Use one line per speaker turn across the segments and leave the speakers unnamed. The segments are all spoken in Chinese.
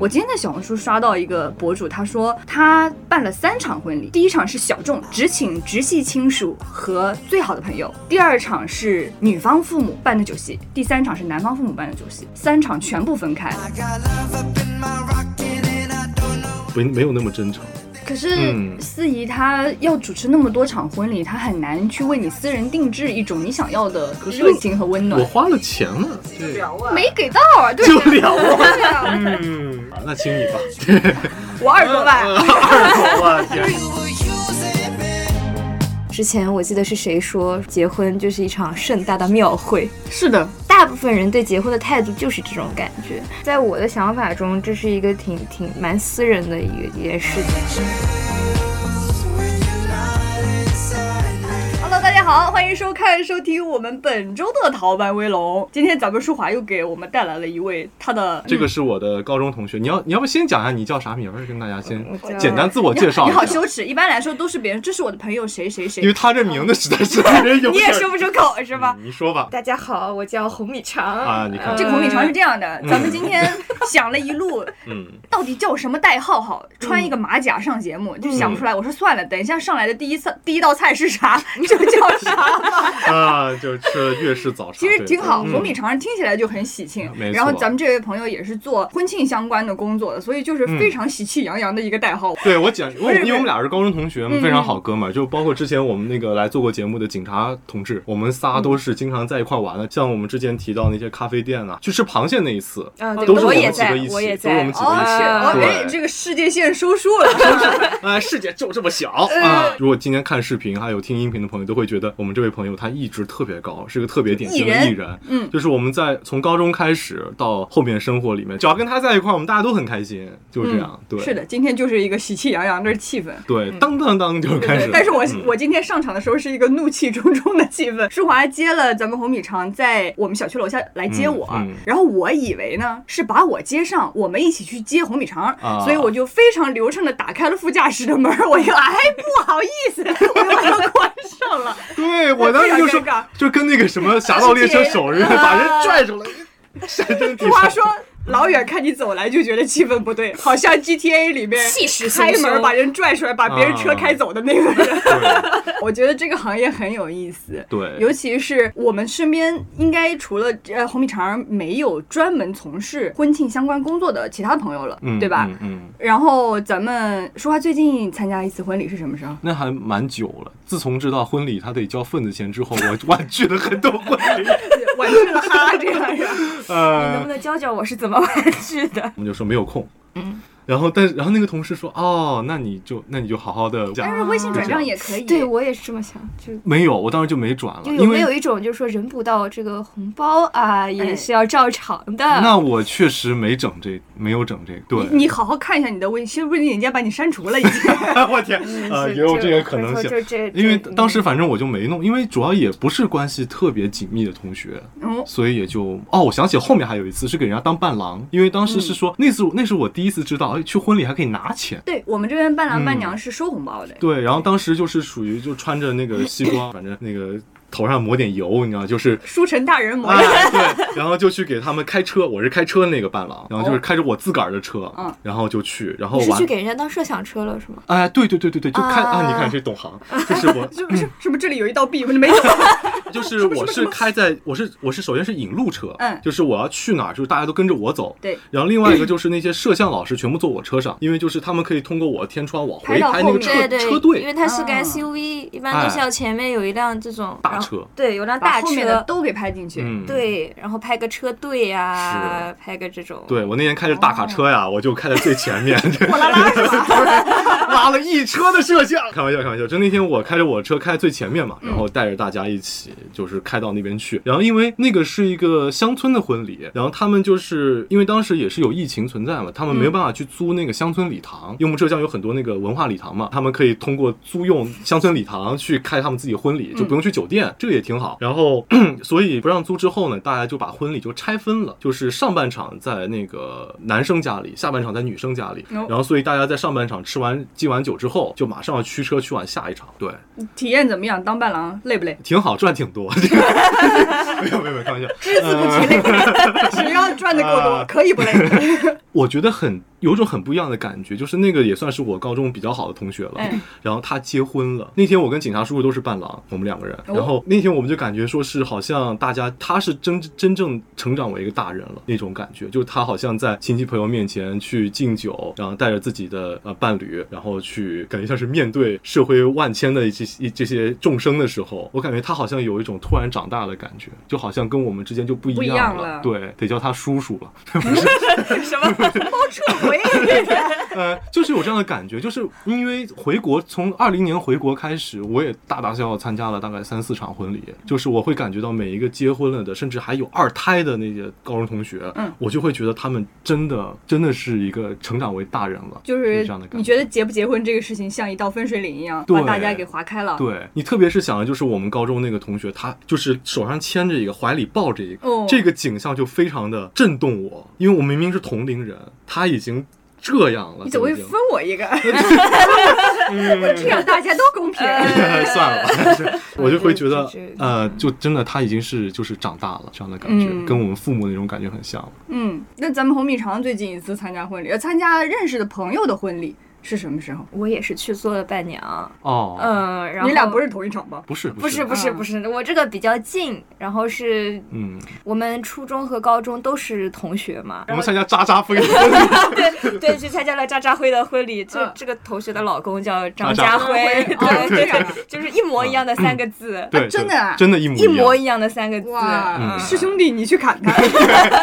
我今天在小红书刷到一个博主，他说他办了三场婚礼，第一场是小众，只请直系亲属和最好的朋友；第二场是女方父母办的酒席；第三场是男方父母办的酒席，三场全部分开。
没没有那么真诚。
可是
嗯
司仪她要主持那么多场婚礼，她很难去为你私人定制一种你想要的
是
热情和温暖
我，花了钱了，对，
聊啊，
没给到啊！对
就
啊，
聊啊。
对啊
嗯，那请 你吧。
我二十多
嗯
万。
我天，
之前我记得是谁说，结婚就是一场盛大的庙会。
是的，
大部分人对结婚的态度就是这种感觉。在我的想法中，这是一个挺挺蛮私人的一个一件事情。
Hello，大家好，欢迎收看收听我们本周的逃班威龙。今天咱们舒华又给我们带来了一位他的嗯
这个是我的高中同学。你要你要不先讲一下你叫啥名儿，跟大家先
我叫
简单自我介绍
你
一
好
下，
羞耻，一般来说都是别人，这是我的朋友谁谁谁
因为，他这名字实在是让人有
你也
点
说不出口是吧？
嗯你说吧。
大家好，我叫红米肠呃
啊你看
这个红米肠是这样的，
嗯
咱们今天想了一路，
嗯，
到底叫什么代号好？穿一个马甲上节目，就
嗯
想不出来。我说算了，等一下上来的第一次第一道菜是啥，就叫 啥。
啊，就吃了粤式早茶，
其实
对
挺好，
嗯
红米肠听起来就很喜庆。
没错
然后咱们这位朋友也是做婚庆相关的工作的，所以就是
嗯
非常喜气洋洋的一个代号。
对我讲，因为
是
因为我们俩是高中同学嘛，
嗯
非常好哥们儿，就包括之前我们那个来做过节目的警察同志，我们
嗯
仨都是经常在一块儿玩的。像我们之前提到那些咖啡店啊，去吃螃蟹那 一次，
啊，对，
都是
我
们
也
几
在
个一，起，
我也
都是我
在
们。几个一起。
哦，
对
哎，这个世界线收束 了，
哎，世界就这么小
嗯
啊！如果今天看视频还有听音频的朋友，都会觉得我们这位朋友他一直特别高，是个特别典型的
艺人
艺人。
嗯
就是我们在从高中开始到后面生活里面，只要跟他在一块儿，我们大家都很开心，就是这样。对，
嗯是的，今天就是一个喜气洋洋的气氛。
对，当当当就 开
对
始了。
但是我、
嗯
我今天上场的时候是一个怒气冲冲的气氛。舒华接了咱们红米肠，在我们小区楼下来接我，
嗯嗯
然后我以为呢是把我接上，我们一起去接红米肠，
啊
所以我就非常流畅的打开了副驾驶的门，我就哎不好意思，我就把它关上 了。
对我当时就 说
非常尴尬，
就跟那个什 么《侠盗猎车手》似的，把人拽出来，山登地
呃舒华说。
上。
老远看你走来就觉得气氛不对，好像 GTA 里面
气势汹汹
开门把人拽出来，把别人
啊
车开走的那个人。
对
我觉得这个行业很有意思，
对
尤其是我们身边应该除了呃红米肠没有专门从事婚庆相关工作的其他朋友了，
嗯，
对吧？
嗯嗯，
然后咱们说话最近参加一次婚礼是什么时候？
那还蛮久了。自从知道婚礼他得交份子钱之后，我 婉拒了很多婚 礼。
婉拒了哈这样是吧？嗯
你能
呃
不，能教教我是怎么玩去的？
我们就说没有空。
嗯
然后，但然后那个同事说：“哦，那你就那你就好好的
但
讲
啊是。微信转账也可以。
对，我也是这么想，就”
没有，我当时就没转了，
就有
因
没有
为
一种就是说人不到这个红包啊，也是要照常的。
那我确实没整这，没有整这个。对，
你 你好好看一下你的微信，是不是人家把你删除了已 经？
我天，啊，
是
也有
就
这个可能
回头
性
就嗯这。
因为
这
当时反正我就没弄，因为主要也不是关系特别紧密的同学，
嗯，
所以也就哦，我想起后面还有一次是给人家当伴郎，因为当时
嗯
是说那次那是我第一次知道，哎，去婚礼还可以拿钱。
对我们这边伴郎伴娘是收红包的。
对，然后当时就是属于就穿着那个西装，反正那个头上抹点油，你知道，就是
书城大人模
啊
样，，
对，然后就去给他们开车，我是开车那个伴郎，然后就是开着我自个儿的车，
嗯
然后就去，然后
哦你是去
完，
给人家当设想车了是吗？
哎，对对对对对，就看啊，
啊
你看这懂行，就是我，
是不是是不是这里有一道壁，我就没 有？
就是我是开在我是我是首先是引路车，
嗯
就是我要去哪儿，就是大家都跟着我走，
对。
然后另外一个就是那些摄像老师全部坐我车上，因为就是他们可以通过我天窗往回
拍到
拍那
后
个
面
车
对对，
车
因
队
为它是个
啊
SUV，、一般都是要前面有一辆这种
大，
然后
车，
对，有辆
把
大
后面的
车，
都给拍进去。
嗯，。
对，然后拍个车队呀、拍个这种，
对我那天开着大卡车呀，我就开在最前面，
哦
货拉拉是吧？
拉了一车的摄像。嗯开玩笑，开玩笑，就那天我开着我车开最前面嘛，然后带着大家一起就是开到那边去。然后因为那个是一个乡村的婚礼，然后他们就是因为当时也是有疫情存在嘛，他们没有办法去租那个乡村礼堂，因为我们浙江有很多那个文化礼堂嘛，他们可以通过租用乡村礼堂去开他们自己婚礼，就不用去酒店，这个也挺好。然后所以不让租之后呢，大家就把婚礼就拆分了，就是上半场在那个男生家里，下半场在女生家里，
哦
然后所以大家在上半场吃完敬完酒之后，就马上要驱车去往下一场，对，
体验怎么样？当伴郎累不累？
呃挺好，赚挺多。没有没有没有，开玩笑，
只要赚赚的够多
啊，
可以不 累。
我觉得很有种很不一样的感觉，就是那个也算是我高中比较好的同学了，
哎
嗯
然后他结婚了。那天我跟警察叔叔都是伴郎，我们
哦
两个人。然后那天我们就感觉说是好像大家他是真真正成长为一个大人了那种感觉，就是他好像在亲戚朋友面前去敬酒，然后带着自己的呃伴侣，然后去感觉像是面对社会万千的这些这些众生的时候，我感觉他好像有一种突然长大的感觉，就好像跟我们之间就不一
不一
样
样了
对，得叫他叔叔了。
什么猫触回？
呃，就是有这样的感觉，就是因为回国，从二零年回国开始，我也大大小小参加了大概三四场婚礼，就是我会感觉到每一个结婚了的，甚至还有二胎的那些高中同学，
嗯
我就会觉得他们真的真的是一个成长为大人了，
就是
这样的感
你觉得结不结婚这个事情像一道分水岭一样，把
对
大家给划开了。
对你，特别是想的就是我们高中那个同学，他就是手上牵着一个，怀里抱着一个，
哦
这个景象就非常的震动我，因为我明明是同龄人，他已经这样了，
你怎么会
已经
分我一个？ 我这样大家都公平。
算了吧， 还是我就会觉得
这这，
呃，就真的他已经是就是长大了这样的感觉，
嗯
跟我们父母那种感觉很像。
嗯，那咱们红米肠最近一次参加婚礼，呃，参加认识的朋友的婚礼是什么时候？
我也是去做了伴娘，
哦，
嗯，然后
你俩不是嗯同一场吧？
不是
不是不是不是，我这个比较近，然后是
嗯，
我们初中和高中都是同学嘛，
我
然后
们参加渣 渣婚礼，
对对，去参加了渣渣辉的婚礼。这
嗯
这个同学的老公叫张
渣
家
渣
辉，
哦
对
这
对
样啊
对，就是一模一样的三个字，
对，
真的
对
啊
真的，一模
一模
样。
一样的三个字。
哇，
嗯
啊
师兄弟，你去砍 他！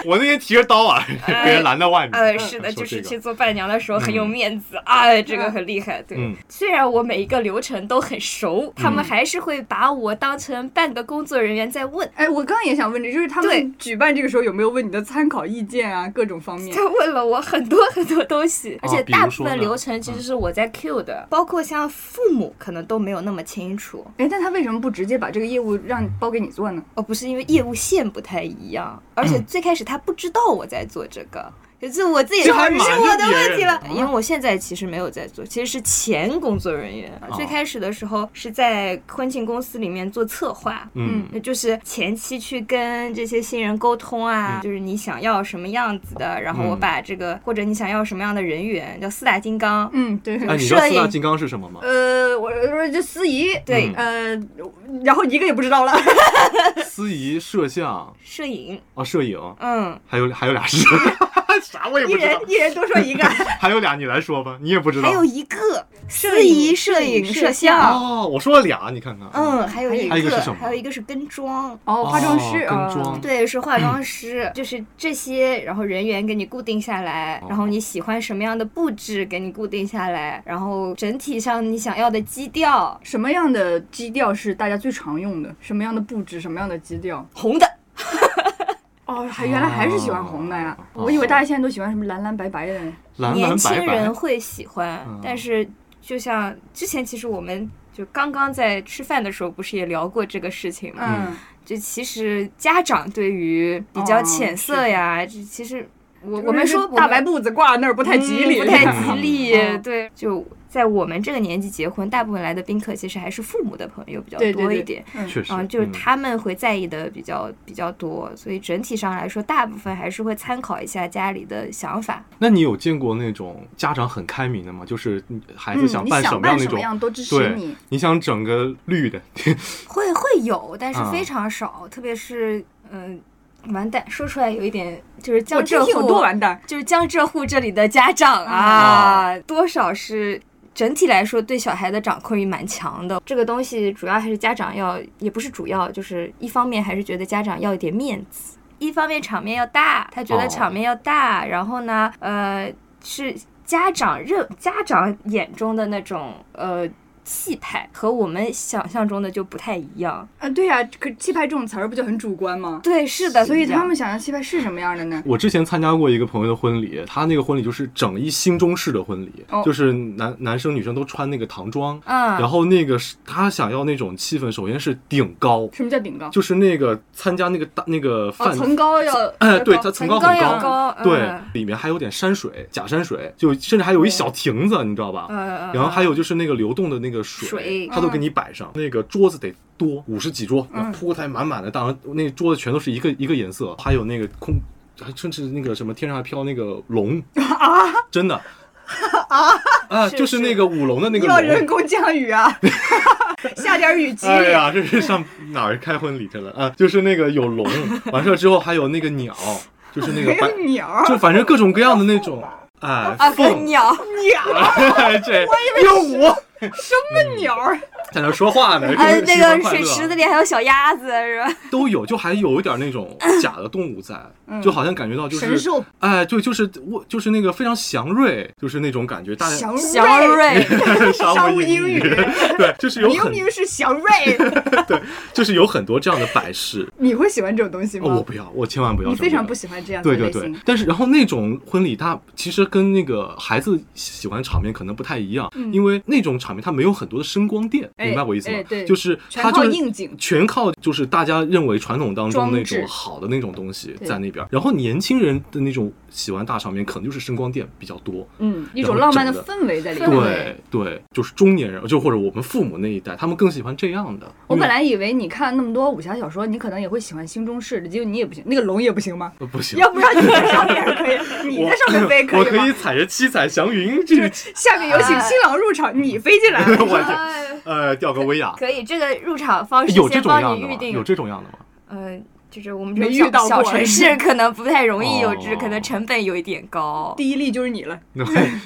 我那天提着刀啊，被人拦在外面。
呃，是的，
说
就是
这个
去做伴娘的时候很有面子啊，这个很厉害。对
嗯，
虽然我每一个流程都很熟，他们还是会把我当成半个工作人员在问。
哎，我刚刚也想问你，就是他
对
们举办这个时候有没有问你的参考意见啊，各种方面
他？问了我很多很多东西，而且
哦比如
大部
说
分
呢嗯
流程其实是我在 Q 的，包括像父母可能都没有那么清楚。
哎，但他为什么不直接把这个业务让你包给你做呢？
哦，不是因为业务线不太一样，而
嗯
且最开始他不知道我在做这个。就是我自己
这
是
还瞒着
我的
别人
问题了，
啊
因为我现在其实没有在做，其实是前工作人员。
哦
最开始的时候是在婚庆公司里面做策划，
嗯
那就是前期去跟这些新人沟通啊，就是你想要什么样子的，然后我
嗯
把这个或者你想要什么样的人员，叫四大金刚，
嗯，对。
哎，你知道四大金刚是什么吗？
呃，我说这司仪，
对，
嗯
呃，然后一个也不知道了。
呃
司仪、摄像
摄影，
啊，摄影，
嗯，
还有还有 俩是啥我也
一
不知
人
道，
一人多说一个，
还有俩你来说吧，你也不 知道
还。有一个
摄
司
影
仪、摄影、
摄
摄
像
像，
哦，我说了俩，你看看。
嗯，还有一
还有一个
个
是什么
还有一个是跟妆。
哦，化妆师
哦
啊，
跟妆
对，是化妆师，就是这些，然后人员给你固定下来，然后你喜欢什么样的布置给你固定下来，然后整体上你想要的基调，
什么样的基调是大家最常用的？什么样的布置？什么样的基调？
红的，
哦，还原来还是喜欢红的呀！
哦
我以为大家现在都喜欢什么蓝蓝白白的呢。
蓝
年
蓝
轻
白白
人。会喜欢，
嗯
但是就像之前其实我们就刚刚在吃饭的时候不是也聊过这个事情嘛，
嗯，
就其实家长对于比较
哦
浅色
是
呀，这其实我
就是
我们说我
大
们
白布子挂那儿不太吉利，
嗯不太
嗯
吉利。
嗯
对，就在我们这个年纪结婚，大部分来的宾客其实还是父母的朋友比 较
对对
多
对
一点。
确实，
嗯，就是
嗯
他们会在意的比较比较多，所以整体上来说，大部分还是会参考一下家里的想法。
那你有见过那种家长很开明的吗？就是孩
嗯，
子想
你
办
想
么
办
样那
什么
种，
样都支持
对
你。，
你想整个绿的，
会会有，但是
啊
非常少，特别是嗯。完蛋，说出来有一点就是江
我
浙
这
沪
有多完蛋！
就是江浙沪这里的家长啊，多少是整体来说对小孩的掌控欲蛮强的。这个东西主要还是家长要，也不是主要，就是一方面还是觉得家长要一点面子，一方面场面要大，他觉得
哦
场面要大，然后呢，呃，是家长认家长眼中的那种呃。气派和我们想象中的就不太一样，
啊，对呀、可气派这种词儿不就很主观吗？
对，是的，
所以
是这样
他们想要气派是什么样的呢？
我之前参加过一个朋友的婚礼，他那个婚礼就是整一新中式的婚礼，
哦
就是男男生女生都穿那个唐装，
嗯，
然后那个是他想要那种气氛，首先是顶高，
什么叫顶高？
就是那个参加那个大那个
哦，
饭
层高要
哎，对，
要
它
高
层
高
高很
要高嗯
对，里面还有点山水，假山水，就甚至还有一小亭子，你知道吧？
嗯嗯
然后还有就是那个流动的那个水，
水嗯
它都给你摆上，那个桌子得多五十几桌，然后铺开满满的，当然那桌子全都是一个一个颜色，还有那个空。还甚至那个什么天上还飘那个龙啊， 真的啊啊，
是
就是那个舞龙的那个
要人
龙。
工降雨 啊，下点雨激
哎
励。
呀，这是上哪儿开婚礼去了啊？就是那个有龙，完事儿之后还有那个鸟，就是那个
还
白，
有鸟儿，
就反正各种各样的那种，哎，
啊，跟
凤，
鸟，
鸟
哎，这鹦鹉
什么鸟儿？
在那儿说话 呢，
哎
呃，
真
那个
是奇怪快
水
乐啊
池子里还有小鸭子是吧？
都有，就还有一点 那种假的动物在，就好像感觉到就
嗯神
是，
兽
哎，对，就是我就是那个非常祥瑞，就是那种感觉，大 家
祥
祥瑞，
商
商
务英语
对，就是 有
明
很
明是祥 瑞，
就是有很多这样的摆饰。
你会喜欢这种东西
哦，我
吗？
不要，我千万不要
你
这么
非常
样
不喜欢这样的
对对
类
对
型，，
但是然后那种婚礼，它其实跟那个孩子喜欢场面可能不太一样，因为那种场面它没有很多的声光电，
嗯哎
明白我意思吗？
哎对
就是
全
它
靠
就是
应景
全靠就是大家认为传统当中
装
那
置
种好的那种东西
对
在那边儿，然后年轻人的那种喜欢大场面，可能就是声光电比较多。
嗯，一
然
种
后
浪漫的
整的
氛围在里面。
对对，就是中年人，就或者我们父母那一代，他们更喜欢这样的。
我
因为
本来以为你看那么多武侠小说，你可能也会喜欢新中式的，结果你也不行，那个龙也不行吗？
呃不行，
要不然你在上面可以，你在上面飞
我
以
可
吗？
以哎踩着七彩祥云，这个
下面有请新郎入场，你飞 进来。
我这
哎
呃吊个威亚，
可以，这个入场方式
哎有这
先
种
帮
样
你
的
预
吗？
定
有，这种样的吗？
嗯、就是我们这种
没
小
遇到过
小 城市可能不太容易有，
哦
只是可能成本有一点高。
第一例就是你了，
那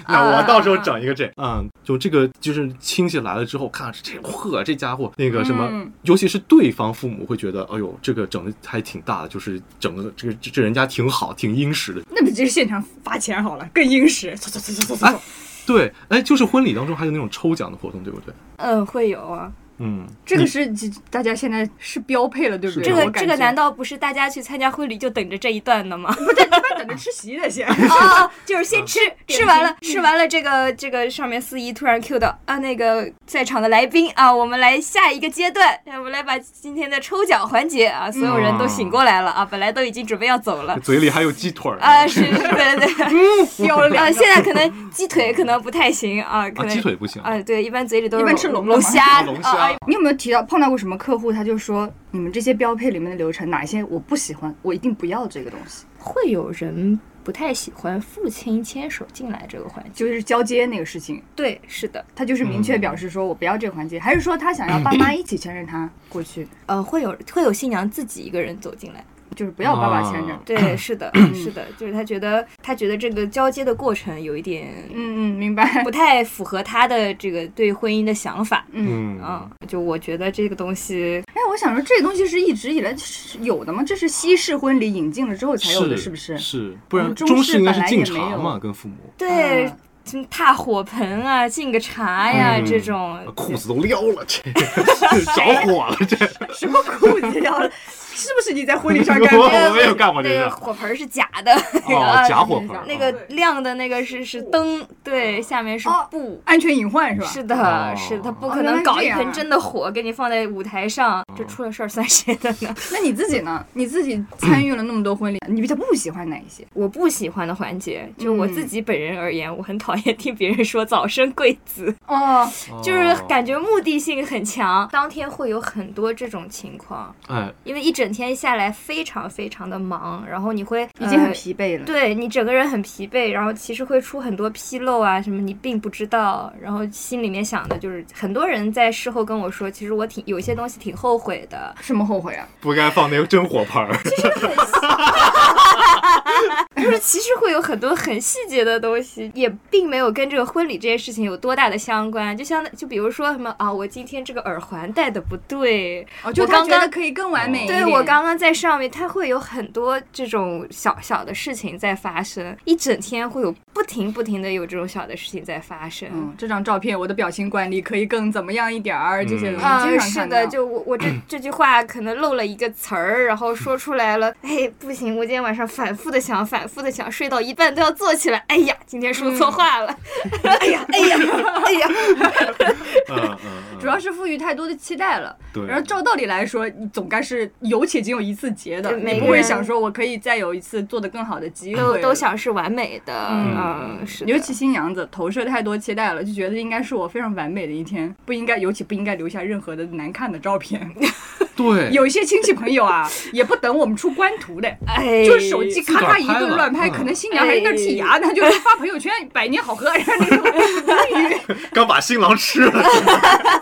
那
啊
我到时候整一个这，嗯，就这个就是亲戚来了之后，看这呵，这家伙那个什么，
嗯
尤其是对方父母会觉得，哎呦，这个整的还挺大的，就是整个这个这这人家挺好，挺殷实的。
那不就是现场罚钱好了，更殷实。走走走走走
哎
啊
走，，
对，哎，就是婚礼当中还有那种抽奖的活动，对不对？
嗯，会有啊。
嗯，
这个
你
是大家现在是标配了，对不
是
对？
这
的
个这个难
道
道不是大家去参加婚礼就等着这一段的 吗？
不对？一般等着吃席的先。
啊， 啊就是先吃，
嗯
吃完了，吃完了这个这个上面司仪突然 Q 到啊，那个在场的来宾啊，我们来下一个阶段，啊我们来把今天的抽奖环节啊，所有
嗯
人都醒过来了啊，本来都已经准备要走了。
嘴里还有鸡腿儿
啊，是，是对对 对，
标了
啊，现在可能鸡腿可能不太行啊，可
啊，
能
鸡腿不行，
啊，对，一般嘴里都是
一般吃龙
龙
了吗
虾，
龙
啊
虾
啊，
你有没有提到碰到过什么客户，他就说你们这些标配里面的流程哪一些我不喜欢，我一定不要这个东西，
会有人不太喜欢父亲牵手进来这个环节。
就是交接那个事情，
对，是的，
他就是明
嗯
确表示说我不要这个环节，还是说他想要爸妈一起牵着他过去，
呃，会有会有新娘自己一个人走进来。
就是不要爸爸牵着。
啊
对，是的，是的，就是他觉得他觉得这个交接的过程有一点
嗯嗯，明白。
不太符合他的这个对婚姻的想法。
嗯
啊
嗯，就我觉得这个东西，
哎，我想说这东西是一直以来是有的吗？这是西式婚礼引进了之后才有的，是不是？
是，不
我
然
们中
中
式
式应该
本
是
来
敬
也没
茶
有
嘛，跟父母。
对
嗯，
什么大火盆啊，敬个茶呀，
嗯
这种
呃
裤子都撩了， 这着火了，这
什么裤子呀？ 是不是你在婚礼上 干
我
的？
我没有干过这
那
事
个
儿。
啊火盆是假的，啊
哦，假火盆儿，
那个
哦
亮的那个是是灯，对，下面是
哦
布。
安全隐患是吧？
是的，
哦
是的，他不
哦
可
原来
能
是
搞
这
一
样
盆
啊
真的火给你放在舞台
哦
上，这出了事儿算谁的 呢？
那你自己呢？你自己参与了那么多婚礼，你比较不喜欢哪一些？
我不喜欢的环节，就我自
嗯
己本人而言，我很讨厌听别人说早生贵子，
哦，
就是感觉目的性很强。当天会有很多这种情况，
哎，
因为一整天下来非常非常的忙，然后你会
已经很
呃
疲惫了。
对你整个人很疲惫，然后其实会出很多纰漏啊，什么你并不知道，然后心里面想的就是，很多人在事后跟我说，其实我挺有一些东西挺后悔的，
什么后悔啊？
不该放那个真火 盆儿。
就是其实会有很多很细节的东西，也并没有跟这个婚礼这件事情有多大的相关，就相当就比如说什么啊，我今天这个耳环戴的不对，
哦，就哦
我
他
刚
觉得
刚
可以更完美一
对
点
我刚刚在上面，它会有很多这种小小的事情在发生，一整天会有不停不停的有这种小的事情在发生。
嗯，这张照片我的表情管理可以更怎么样一点儿？这些
嗯
东
啊、
西经常
是
看
的，
到。
就我我这这句话可能漏了一个词儿，然后说出来了，哎，不行，我今天晚上反复的想，反复的想，睡到一半都要坐起来，哎呀，今天说错话 了，哎呀，哎呀，哎呀，
嗯嗯，嗯
主要是赋予太多的期待了。
对
然后照道理来说，你总该是有且仅有一次结的，
对每
你
个
不会
人
想说我可以再有一次做的更好的机
都
会。
都。想是完美的，
嗯
嗯，是的
尤其新娘子投射太多期待了，就觉得应该是我非常完美的一天，不应该，尤其不应该留下任何的难看的照片。
对，
有一些亲戚朋友啊，也不等我们出官图的，
哎，
就是手机咔咔一
自个儿拍
顿
了
乱拍，
嗯
可能新娘还在那儿剔牙呢，就发朋友圈“百年好合”，然后那 种无语。
刚把新郎吃 了。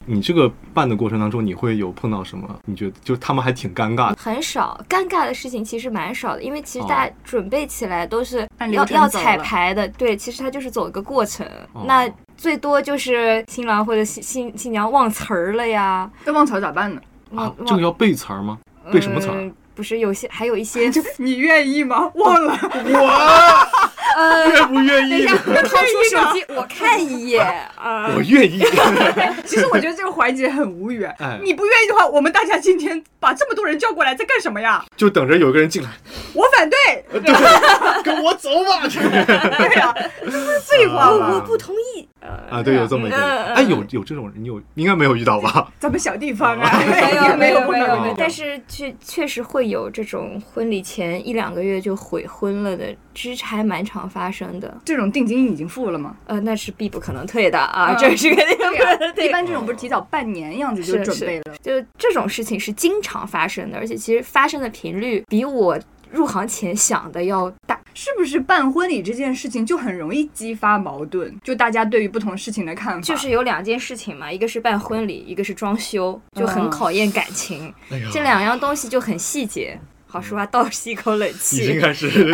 你这个办的过程当中，你会有碰到什么？你觉得就他们还挺尴尬的，
很少，尴尬的事情其实蛮少的，因为其实大家准备起来都是
哦按流
要
程
要
走
彩
了
排的，对，其实它就是走一个过程。
哦
那最多就是新郎或者新新新娘忘词儿了呀，
那忘词儿咋办呢？
忘、
啊？
忘
这个要背词儿吗？背什么词儿？
嗯不是有些还有一些
你愿意吗？忘了，
我
呃，
愿不愿
等一
意
下，？我掏出手 机我看一眼啊。
我愿意。
其实我觉得这个环节很无语
哎。
你不愿意的话，我们大家今天把这么多人叫过来，在干什么呀？
就等着有个 人进来，
我反对。
呃对，跟我走吧。
对呀、这不是废话
我
吗？
我不同意。
啊，对，有这么一个
嗯嗯
人。
嗯
哎，有有这种人，你有应该没有遇到吧？
咱们小地方啊，
呃 没有没有没有没
有
有，但是确确实会有这种婚礼前一两个月就悔婚了的，其实还蛮常发生的。
这种定金已经付了 吗？
呃，那是必不可能退的啊，
嗯
这是肯定不可能
一
退。
般这种不是提早半年样子就是准备了，
就这种事情是经常发生的，而且其实发生的频率比我入行前想的要大。
是不是办婚礼这件事情就很容易激发矛盾？就大家对于不同事情的看法，
就是有两件事情嘛，一个是办婚礼，一个是装修，就
嗯
很考验感情。
哎呀
这两样东西就很细节。好说话，倒吸一口冷
已经
气。
开始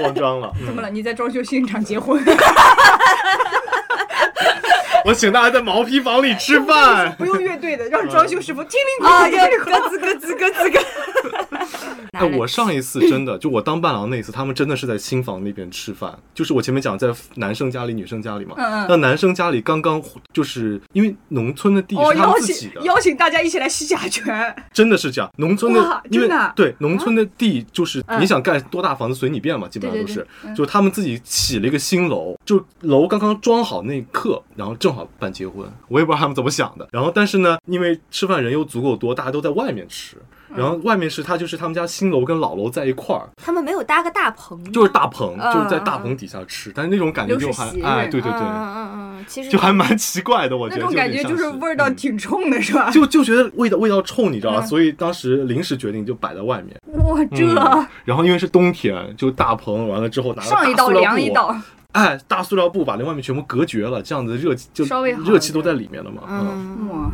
慌张了。
怎
嗯
么了？你在装修现场结婚，
我请大家在毛坯房里吃饭。
不用乐队的，让装修师傅听听
啊，
啊，
要咯吱咯吱咯吱咯。
哎，我上一次 真的就我当伴郎那一次，他们真的是在新房那边吃饭，就是我前面讲在男生家里、女生家里嘛。
嗯嗯
那男生家里刚刚就是因为农村的地
哦，
是他
邀
们自己
请
的，
邀请大家一起来吸甲醛，
真的是这样。农村
哇
的，因为
真的啊
对农村的地就是
嗯
你想盖多大房子随你便嘛，基本上都
对
是
对对嗯，
就他们自己起了一个新楼，就楼刚刚装好那一刻，然后正好办结婚，我也不知道他们怎么想的。然后但是呢，因为吃饭人又足够多，大家都在外面吃。
嗯
然后外面是他就是他们家新楼跟老楼在一块儿，
他们没有搭个大棚吗，
就是大棚，
嗯
就是在大棚底下吃，但是那种感觉就还
流水席
哎，对对
嗯
对，
嗯嗯，其实
就还蛮奇怪的，我觉
那
得
种
有
感
点
觉
像
就是味儿道
嗯
挺冲的，是吧？
就就觉得味道味道冲，你知道吧？
嗯
所以当时临时决定就摆在外面。
哇，这
嗯 然后因为是冬天，就大棚完了之后拿个
上一
大
道
塑料
凉
布
一，道，
哎，大塑料布把那外面全部隔绝了，这样子热气就
稍微好一点
热气都在里面了嘛。嗯，
嗯，
哇，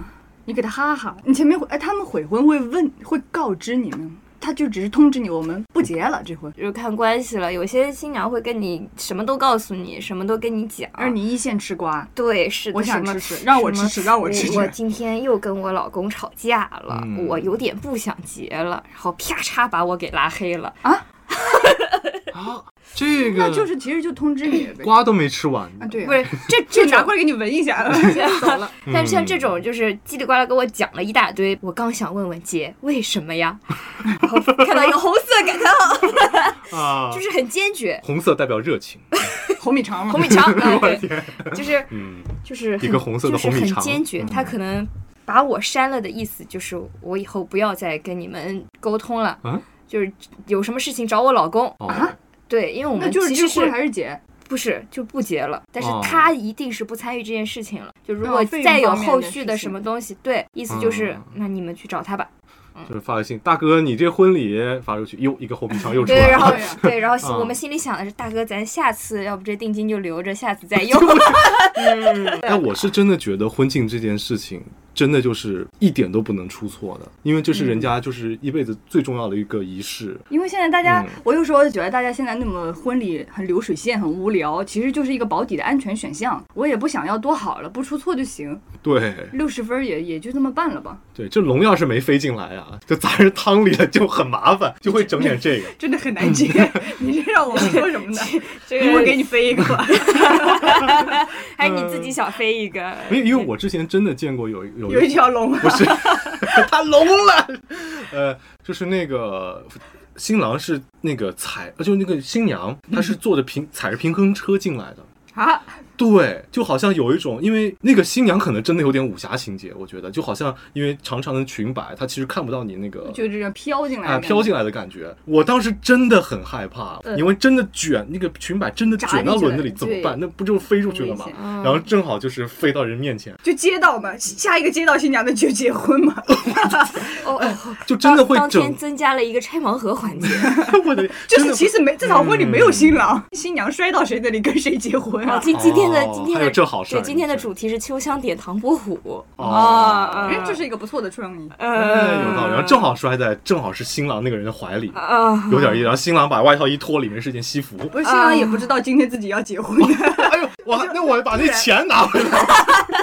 你给他哈哈，你前面会哎，他们悔婚会问会告知你们，他就只是通知你我们不结了这婚，
就是看关系了。有些新娘会跟你什么都告诉你，什么都跟你讲，
而你一线吃瓜。
对是的
我想
什么
吃吃让我
什么
吃吃让我吃吃
我今天又跟我老公吵架了，
嗯
我有点不想结了，然后啪嚓把我给拉黑了。
啊，这个
那就是其实就通知你呗。
瓜都没吃完
啊，
呢
对啊，
不是这
就
这
拿
种
过来给你闻一下。 走了，
但像这种就是叽里呱啦跟我讲了一大堆，我刚想问问姐为什么呀，然后看到一个红色感叹号，
啊，
就是很坚决。
红色代表热情，
红米肠嘛
红米 肠，啊
我的
对，
天，
就是
嗯，
就是
一
很
个红色的红米
就是
肠
很坚决。
嗯
他可能把我删了的意思就是我以后不要再跟你们沟通了，
啊
就是有什么事情找我老公。
哦，
啊
对，因为我
那
们
就是
其实
这
是
婚还是结？
不是就不结了，但是
哦
他一定是不参与这件事情了。就如
哦
果
费用
再有
方面
后
的
续
事
的
情
什么东西，对，意思就是、
嗯
那你们去找他吧。
就是发个信，大哥，你这婚礼发出去，哟，一个红米肠又出
对，
来
然
了
后
对啊
对，然后心
嗯
我们心里想的是，大哥，咱下次要不这定金就留着，下 次再用。
哎，我是真的觉得婚庆这件事情，真的就是一点都不能出错的，因为这是人家就是一辈子最重要的一个仪式。
因为现在大家
嗯，
我有时候觉得大家现在那么婚礼很流水线，很无聊，其实就是一个保底的安全选项。我也不想要多好了，不出错就行，
对
六十分儿也也就这么办了吧。
对，这龙要是没飞进来啊，就砸人汤里了，就很麻烦，就会整点这个。
真的很难 接，你这让我说什么呢？
这
一会儿给你飞一个吧。
还是你自己想飞一个？
嗯没有，因为我之前真的见过有有
有一条龙 啊，
不是，他聋了。呃，就是那个新郎是那个踩，呃就是那个新娘，她是坐着平踩着平衡车进来的。
啊，
对，就好像有一种，因为那个新娘可能真的有点武侠情节，我觉得就好像因为长长的裙摆，她其实看不到你那个
就这种飘
啊
进来的
哎
感觉，
飘进来的感觉。我当时真的很害怕，
嗯
因为真的卷那个裙摆真的
扎
卷
进
到
去
轮子
了
里怎么
对
办？那不就飞出去了
很危
吗？
险
嗯
然后正好就是飞到人面前，
就街道嘛，下一个街道新娘的就结婚 嘛，
哦，
就真的哎会
当当
整
天，增加了一个拆盲盒环 节，
我的
就
真
是
的嗯
其
会
实没这场婚礼没有新郎，新娘摔到谁那里跟谁结婚
啊
啊。
今今天的
哦
今天
还有
的
这好事儿
对今天的
你是
主题是秋香点唐伯虎
哦
啊，
哎，
嗯呃
这是一个不错的创意。
哎有道理，然后正
好
好
嗯
摔在正好是新郎那个人的怀里，
啊
有点意思。然后新郎把外套一脱，里面是件西服。
不是新郎也不知道今天自己要结婚，
哎呦，我还那我把那钱拿回来。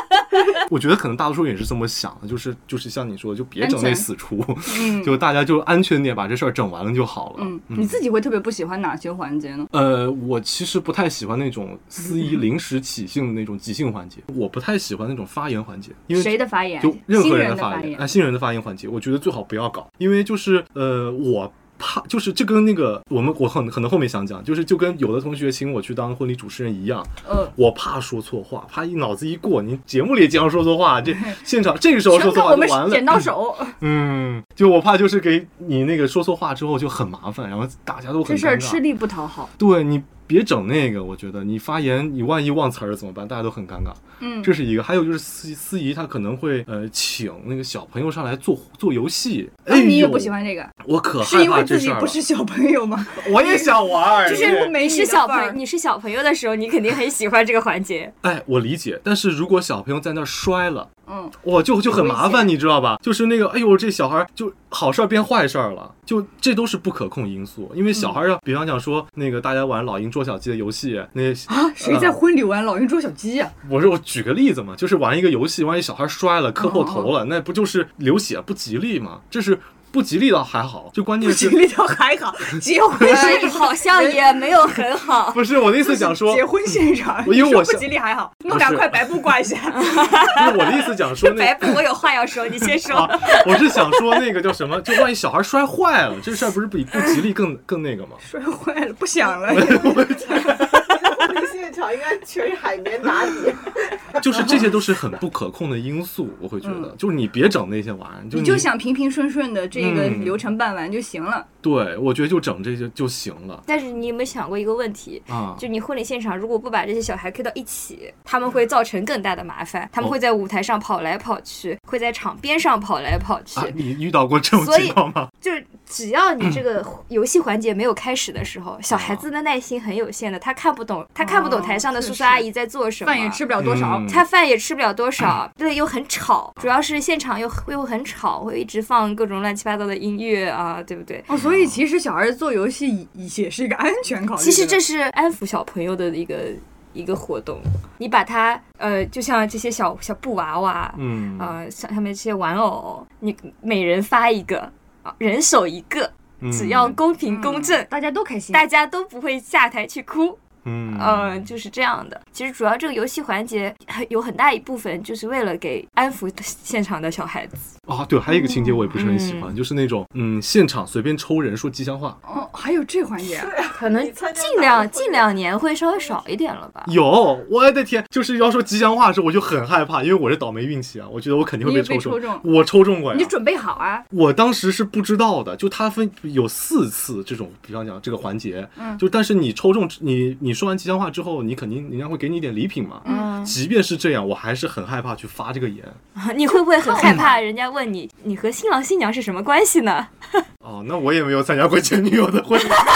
我觉得可能大多数人也是这么想的，就是就是像你说的，就别整那死出，
嗯
就大家就安全点把这事儿整完了就好了。
嗯，你自己会特别不喜欢哪些环节呢？
呃，我其实不太喜欢那种司
嗯
仪临时起兴的那种即兴环节，我不太喜欢那种发言环节，因为
谁的发言？
就任何
新
人
人的
发
发
言，啊，新人的发言环节，我觉得最好不要搞，因为就是呃，我怕就是这跟那个我们我很可能后面想讲，就是就跟有的同学请我去当婚礼主持人一样，
呃，
我怕说错话，怕一脑子一过，你节目里也经常说错 话，这现场这个时候
全
说错
靠
话
我
就
们
完了，
剪刀手，
嗯，就我怕就是给你那个说错话之后就很麻烦，然后大家都很
这事儿
尴尬
吃力不讨好。
对你别整那个，我觉得你发言你万一忘词儿怎么办？大家都很尴尬，
嗯
这是一个。还有就是司司仪他可能会呃请那个小朋友上来做做游戏，
那
哎呦，
啊你也不喜，欢这个，
我可
是
害
因
怕
为
这
自己
事儿
不
了。
是小朋友吗？
我也想玩儿，
就是
对
没
你
你
是
的
小
伴
朋
儿
友，你是小朋友的时候，你肯定很喜欢这个环节。
哎，我理解。但是如果小朋友在那儿摔了，
嗯，
哇，就就很麻
危
烦，
险
你知道吧？就是那个，哎呦，这小孩儿就好事儿变坏事儿了，就这都是不可控因素。因为
嗯
小孩儿要，比方讲说那个大家玩老鹰捉小鸡的游戏，那
啊，谁
嗯
在婚礼玩老鹰捉小鸡啊呀？
我说我举个例子嘛，就是玩一个游戏，万一小孩摔了磕破头了，那不就是流血不吉利吗？这是不吉利倒还好，就关键
不
是
吉利倒还好，结婚
哎，好像也没有很好。
不是我的意思讲说，
结婚现场，
因为
你说
我
不
想
吉利还好，
不
弄两
是
块白布挂一下。
不是我的意思讲说那
白布，我有话要说，你先说。
啊，我是想说那个叫什么，就万一小孩摔坏了，这事儿不是比不吉利更更那个吗？
摔坏了，不想了。
现场应该全是海绵打
嗯
底。
就是这些都是很不可控的因素，我会觉得，就是你别整那些玩意儿，就
你
你
就想平平顺顺的这个
嗯
流程办完就行了。
对，我觉得就整这些就行了
但是你有没有想过一个问题？
啊。
就你婚礼现场，如果不把这些小孩 K 到一起，他们会造成更大的麻烦。他们
哦
会在舞台上跑来跑去，会在场边上跑来跑去
啊。，你遇到过这种
所以
情况吗？
就是只要你这个游戏环节没有开始的时候，小
啊
孩子的耐心很有限的，他看不懂，他看不懂台上的
哦确
叔叔
实
阿姨在做什么，
饭也吃不了多少，
嗯
他饭也吃不了多少， 对，又很吵，主要是现场又又很吵，会一直放各种乱七八糟的音乐啊，对不对？
哦，所以其实小孩子做游戏也也是一个安全考虑的。嗯
其实这是安抚小朋友的一个一个活动，你把他呃，就像这些小小布娃娃，
嗯
呃，像他们这些玩偶，你每人发一个，啊人手一个，
嗯
只要公平
嗯
公正，
大家都开心。
大家都不会下台去哭。
嗯
嗯，就是这样的。其实主要这个游戏环节很有很大一部分就是为了给安抚现场的小孩子。
啊，对，还有一个情节
嗯
我也不是很喜欢，就是那种嗯，现场随便抽人说吉祥话。
哦，还有这环节啊，
可能
你参加
近
哪
两
个
近两年会稍微少一点了吧？
有，我的天，就是要说吉祥话的时候，我就很害怕，因为我是倒霉运气啊，我觉得我肯定会
你也
抽
被抽中
我抽中过呀
你，准备好啊。
我当时是不知道的，就他分有四次这种，比方讲这个环节，
嗯
就但是你抽中你你说完吉祥话之后，你肯定人家会给你一点礼品嘛。
嗯，
即便是这样，我还是很害怕去发这个言。
你会不会很害怕人家问你，你和新郎新娘是什么关系呢？
哦，那我也没有参加过前女友的婚礼，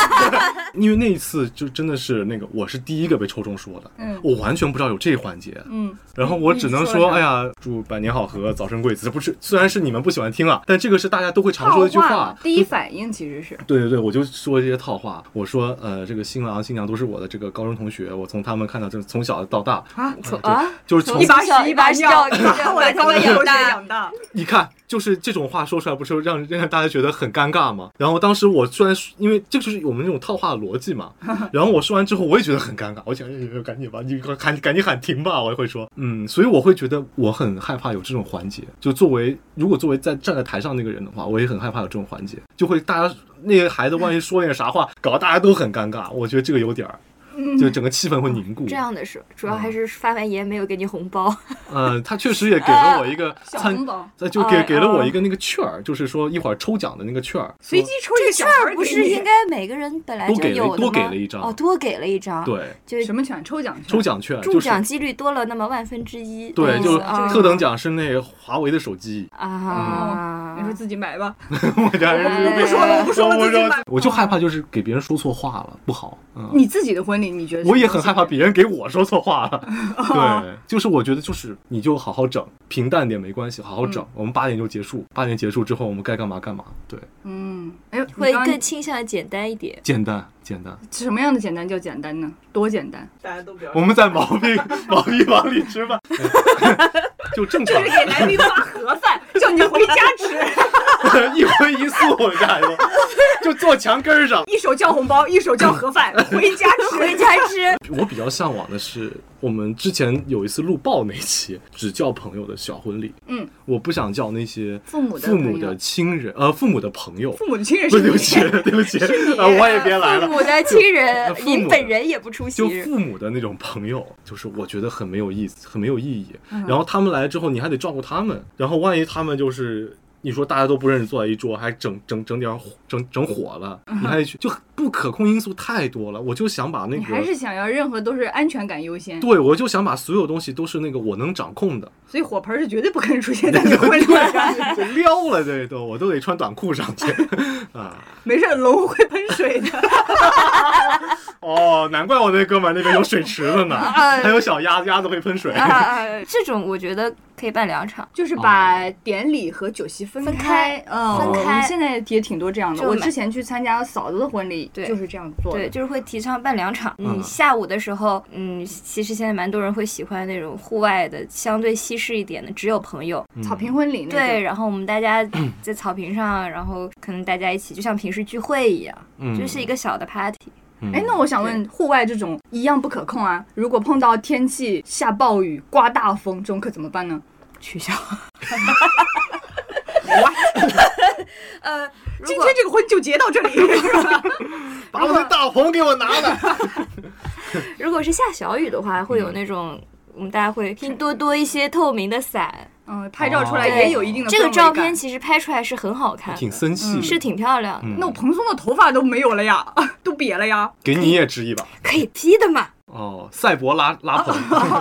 因为那一次就真的是那个我是第一个被抽中说的，
嗯
我完全不知道有这环节，
嗯，
然后我只能
你说
说，
啥
哎呀，祝百年好合，早生贵子。不是，虽然是你们不喜欢听啊，但这个是大家都会常说的一句话。
嗯第一反应其实是，
对对对，我就说这些套话。我说，呃，这个新郎新娘都是我的这个高中同学，我从他们看到，就是从小到大
啊
呃
啊
就就是
从
从
一把
小
屎
一
把
把尿
尿，把我的
把
高中同
头
学
养大
养大。
你看，就是这种话说出来，不是让让大家觉得很尴尬吗？然后当时我虽然因为这就是我们那种套话的逻 辑嘛，然后我说完之后，我也觉得很尴尬，我想哎赶紧吧，你赶赶紧喊停吧，我也会说，嗯，所以我会觉得我很害怕有这种环节。就作为如果作为在站在台上那个人的话，我也很害怕有这种环节，就会大家那个孩子万一说点啥话，搞得大家都很尴尬。我觉得这个有点儿，
嗯
就整个气氛会凝固。
这样的是，主要还是发完言没有给你红包，
嗯，他确实也给了我一个
小
参
红，包，
呃就给
哎
给了我
哦
一个那个券儿，就是说一会儿抽奖的那个券儿。
随机抽一个小孩儿给你
不是应该每个人本来
多
就
给了
有的吗？
多给了一张
哦，多给了一张，，
对
就
什么券？抽啊奖嗯券
抽。奖券，
中
就是
奖几率多了那么万分之一的
对，
意思，
就是
啊
特等奖是那个华为的 手机，
啊，
你说自己买吧，
我这还是
我不说
了我不说了
我
自己买啊
我就害怕就是给别人说错话了，不好。嗯，
你自己的婚礼你觉得？
我也很害怕。别人给我说错 话了。对，就是我觉得就是你就好好整，平淡点没关系，好好整。我们八点就结束，八点结束之后我们该干嘛干嘛。对，
嗯，哎呦，你
会
刚
更倾向简单一点。
简单简单。
什么样的简单叫简单呢？多简单！
大家都不要。
我们在毛病 毛病往里吃吧， 就正常，
给男宾发盒 饭，叫你回家吃，
一荤一素我干的， 就坐墙根儿上。
一手叫红包，一手叫盒饭，回家吃，
回家 吃，
我比较向往的是，我们之前有一次录爆那期，只叫朋友的小婚礼。
嗯，
我不想叫那些
父母的
父母
朋友
的亲人，呃，父母的朋友。
父母的亲人
不
是
是，对不
你
起，对不起，啊，我也别来
父
了。
母的亲人
父，母
您本人也不出
就
席，
父母的那种朋友，就是我觉得很没有意思，很没有意义。
嗯
然后他们来之后，你还得照顾他们。然后万一他们就是你说大家都不认识，坐在一桌，还整整整点火整整火了，
嗯
你还得去，就不可控因素太多了。我就想把那
你还
个
是，想要任何都是安全感优先，
对我就想把所有东西都是那个我能掌控的，
所以火盆是绝 对不可能出 现在你婚礼上。
就撩了这都，我都得穿短裤上去 啊。
没事，龙会喷水 的。
哦，难怪我那哥们儿那边有水池子 呢，
哎
还有小鸭子，鸭子会喷水。
啊啊， 这种我觉得可以办两场，
就是把典礼和酒席分开，嗯，
分
我
开
们现在也挺多这样的。
就
我
买
之前去参加嫂子的婚礼，
对
就是这样做的。
对，就是会提倡办两场。
嗯
嗯，下午的时候，嗯，其实现在蛮多人会喜欢那种户外的，相对西式一点的，只有朋友。
嗯
草坪婚礼那种
对，，然后我们 大家在草坪上，然后可能大家一起就像平时聚会一样，
嗯
就是一个小的 party。
嗯
哎，那我想问，户外这种一样不可控啊，如果碰到天气下暴雨、刮大风，这种可怎么办呢？
取消。呃，如果
这个婚就结到这里，是吧？
把我那大红给我拿来。
如果是下小雨的话，会
嗯
有那种。我们大家会拼多多一些透明的伞，
嗯，拍照出来
哦
也有一定的
这个
氛围
照
感
片。其实拍出来是很好看的，
挺森气的，
是挺漂亮的，
嗯
那我蓬松的头发都没有了呀， 都瘪了呀。
给你也支一把
可以 P 的嘛。
哦，赛博拉拉棚，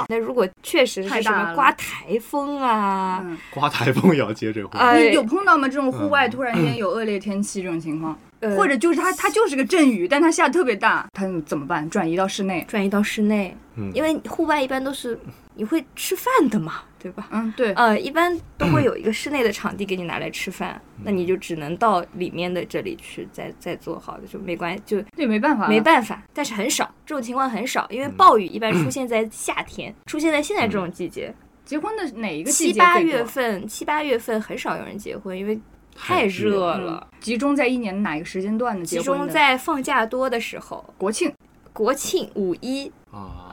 那如果确实
太
是什
大
么
了
刮台风啊，
嗯
刮台风也要接这活。
呃
你，有碰到吗？这种户外
嗯
突然间有恶劣天气这种情况，
呃
或者就是它它就是个阵雨，但它下得特别大，它怎么办？转移到室内？
转移到室内，
嗯，
因为户外一般都是你会吃饭的嘛，对吧？
嗯，对，
呃，一般都会有一个室内的场地给你拿来吃饭，那你就只能到里面的这里去再再做好的，就没关系，就
这也没办法，
没。办法。但是很少，这种情况很少，因为暴雨一般出现在夏天，出现在现在这种季节，
结婚的哪一个季
七
节
八
最多
月份，七八月份很少有人结婚，因为
太
太
热
热
嗯
了，
集中在一年哪个时间段呢？
集
结婚
中
的
在放假多的时候，
国庆。
国庆、五一，
啊，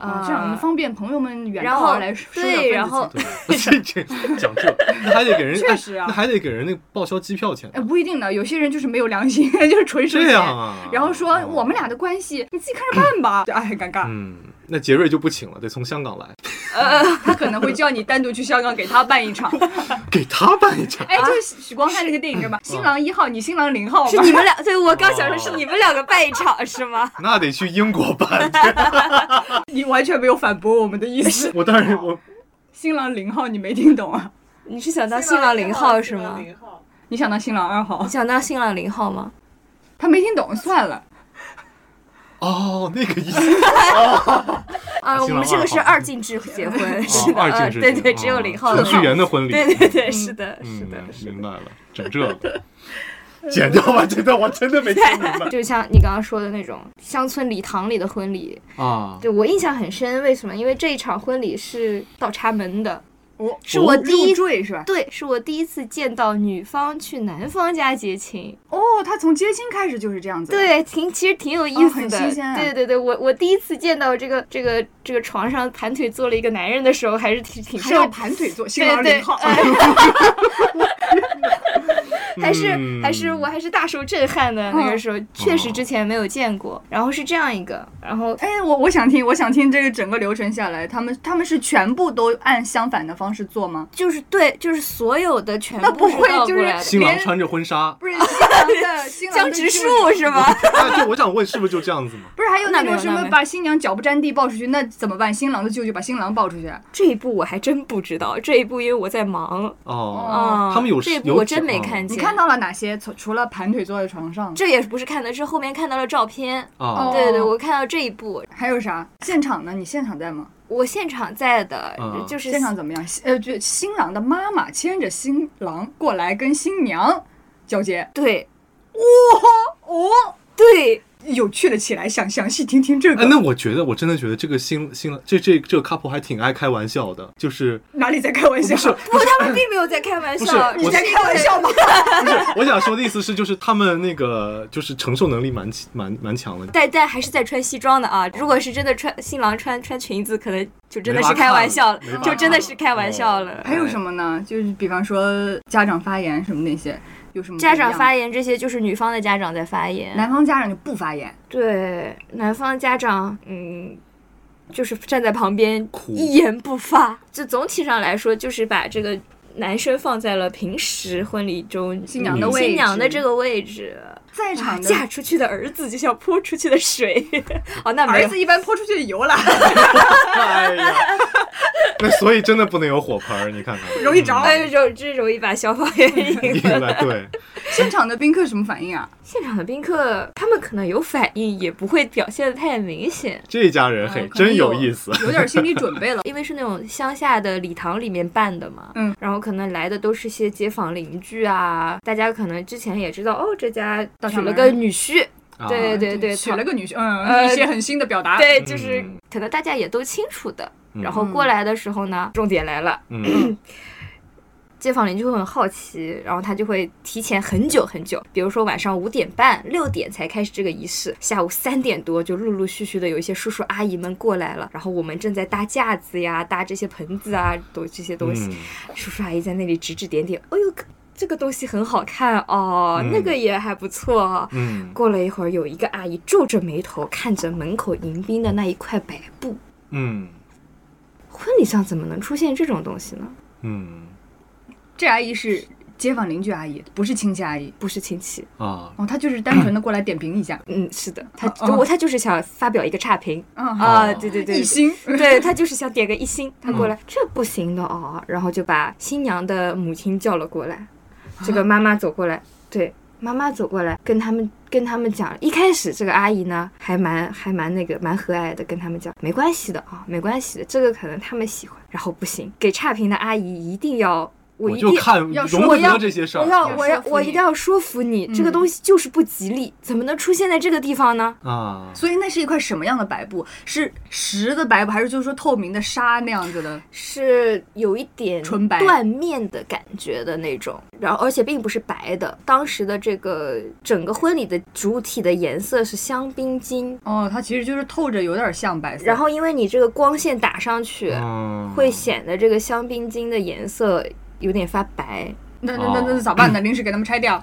啊，
啊
这样方便朋友们远
然
道
后
而来收收点份子
对，然后
钱
对，这这讲这，那还得给人，
确实啊
哎那还得给人那报销机票钱
哎，，不一定的，有些人就是没有良心， 就是纯收
这
钱
样啊。
然后说
哦
我们俩的关系，你自己看着办 吧。哎，很尴尬。
嗯，那杰瑞就不请了，得从香港来，
他可能会叫你单独去香港给他办一 场。
给他办一场。
哎，就是许光汉那个电影对吧？新郎一嗯号，你新郎零号
是
吧？
你们俩，对我刚想说是你们两个办一场是吗？
那得去英 国办，
你完全没有反驳我们的意思。
我当然我
新郎零号，你没听懂啊？
你是想当新郎零号是
新
吗
郎？零号
你想当新郎二号
你，想当新郎零号吗？
他没听懂，算了。
哦那个意思，
啊，我
新郎
们这个是
二号哦
二进制结婚， 是的，
二进
呃
制
对
结
对，
哦
只有零号
程
的
序员的婚礼，
对对对，是的，是的
嗯，
是的。
明白了，整这个， 剪掉吧，这段我真的没听明白
就像你刚刚说的那种乡村礼堂里的婚礼，
啊。
对我印象很深。为什么？因为这一场婚礼是倒插门的，
我
是我第一
坠是吧？
对，是我第一次见到女方去男方家结亲。
哦，他从接亲开始就是这样子。，
对，挺其实挺有意
哦
思
很
的。
新鲜啊
对对对，我我第一次见到这个这个这个床上盘腿坐了一个男人的时候，还是挺挺
还要
受
盘腿坐，新
对
郎
对
零号。
哎还是、
嗯哦
还是我还是大受震撼的。
嗯
那个时候确实之前没有见过，然后是这样一个，然后
哎，我我想听，我想听这个整个流程下来，他们他们是全部都按相反的方式做吗？
就是对，就是所有的全
那不
部
会
倒
就是
过来的
新郎穿着婚 纱，
不是新郎 的新郎
江
的
直
舅
树
舅
是吗？
哎，对，我想问是不是就这样子嘛？
不是还有
那
那
没有
种什
那
么
没有
把新娘脚不沾地抱出去，那怎么办？新郎的舅舅把新郎抱出去，
这一步我还真不知道，这一步因为我在忙
哦，
啊。
他们有
这一步
有
我真没
讲哦
看见。
你看到了哪些？除除了盘腿坐在床上，
这也不是看的，是后面看到了照片。
哦
啊，
对对，我看到这一步，
还有啥？现场呢？你现场在吗？
我现场在的，
嗯
就是
现场怎么样？呃，就新郎的妈妈牵着新郎过来跟新娘交接，
对
哦，
对，
有趣的起来，想详细听听这个、
哎，那我觉得我真的觉得这个新新郎这这这个 couple 还挺爱开玩笑的，就是
哪里在开玩笑？
不，他们并没有在开玩
不是
笑，
你
我
在开玩笑吗？
不是我想说的意思是，就是他们那个就是承受能力蛮蛮蛮强 的。
但但还是在穿西装的啊。如果是真的穿新郎穿穿裙子，可能就真的
没法
是开玩笑了
看了没，哦法
就真的
看
是开玩笑了。
还
哎
有什么呢？就是比方说家长发言什么那些，有什么
家长发
言？
言这些就是女方的家长在发言，
男方家长就不发言，
对男方家长，嗯。就是站在旁边
哭
一言不发，就总体上来说，就是把这个男生放在了平时婚礼中嗯
新娘
的
位置
新娘的这个位置，啊
在场的
嫁出去的儿子就像泼出去的水， 哦，那没
儿
有，
子一般泼出去的油了，
哎呀，那所以真的不能有火盆儿，你看看
容易着
哎，容这容易把消防 员引
一来对，
现场的宾客什么反应啊？
现场的宾客他们可能有反应，也不会表现的太明显，。
这一家人嘿
嗯可能
真有意思。
有点心理准备了
因为是那种乡下的礼堂里面办的嘛。
嗯，
然后可能来的都是些街坊邻居啊，大家可能之前也知道哦，这家
大
娶
嗓
了
门
个女婿，
啊
对对对，
娶了个女婿，
呃
嗯，一些很新的表达。
对，就是
嗯
可能大家也都清楚的。
嗯
然后过来的时候呢，重点来了，
嗯
街坊邻居会很好奇，然后他就会提前很久很久，比如说晚上五点半、六点才开始这个仪式，下午三点多就陆陆续续的有一些叔叔阿姨们过来了，然后我们正在搭架子呀、搭这些盆子啊，都这些东西，
嗯
叔叔阿姨在那里指指点点，哎呦，可这个东西很好看哦，
嗯
那个也还不错哦。
嗯
过了一会儿，有一个阿姨皱着眉头看着门口迎宾的那一块白布，
嗯
婚礼上怎么能出现这种东西呢？
嗯
这阿姨是街坊邻居阿姨，不是亲戚阿姨。
不是亲戚，
啊，
哦，她就是单纯的过来点评一下。
嗯，是的，他
哦哦
我他就是想发表一个差评
嗯，好，
啊，对对对
一，心。
对他就是想点个一星，他过来这不行的哦，然后就把新娘的母亲叫了过来，这个妈妈走过来，对。妈妈走过来，跟他们跟他们讲，一开始这个阿姨呢，还蛮还蛮那个蛮和蔼的，跟他们讲，没关系的啊、没关系的，这个可能他们喜欢。然后不行，给差评的阿姨一定要，我
我
一
就
定
看
要说
容不
我要
得这些事
我
儿
要
要
我
说服
要我
你
一定要说服你，这个
嗯
东西就是不吉利，怎么能出现在这个地方呢？
啊。
所以那是一块什么样的白布？是实的白布，还是就是说透明的纱那样子的？
是有一点
纯白
缎面的感觉的那种，然后而且并不是白的。当时的这个整个婚礼的主体的颜色是香槟金，
哦，它其实就是透着有点像白色。
然后因为你这个光线打上去，
嗯
会显得这个香槟金的颜色有点发白。
那
哦
那那那咋办呢？临时给他们拆掉。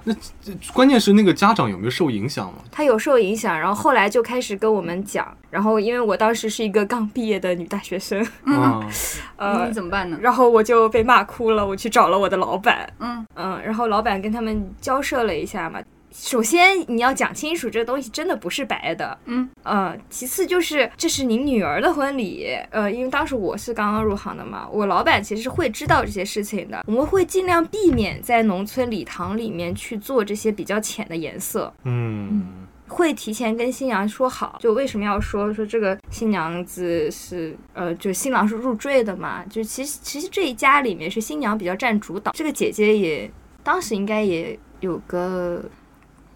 关键是那个家长有没有受影响嘛？
他有受影响，然后后来就开始跟我们讲，然后因为我当时是一个刚毕业的女大学生，
嗯，
啊，
呃
你，怎么办呢？
然后我就被骂哭了，我去找了我的老板，
嗯
嗯，然后老板跟他们交涉了一下嘛。首先你要讲清楚，这东西真的不是白的，
嗯
呃，其次就是这是您女儿的婚礼，呃，因为当时我是刚刚入行的嘛，我老板其实是会知道这些事情的，我们会尽量避免在农村礼堂里面去做这些比较浅的颜色，
嗯
会提前跟新娘说好，就为什么要说说这个新娘子是呃，就新郎是入赘的嘛？就其实其实这一家里面是新娘比较占主导，这个姐姐也当时应该也有个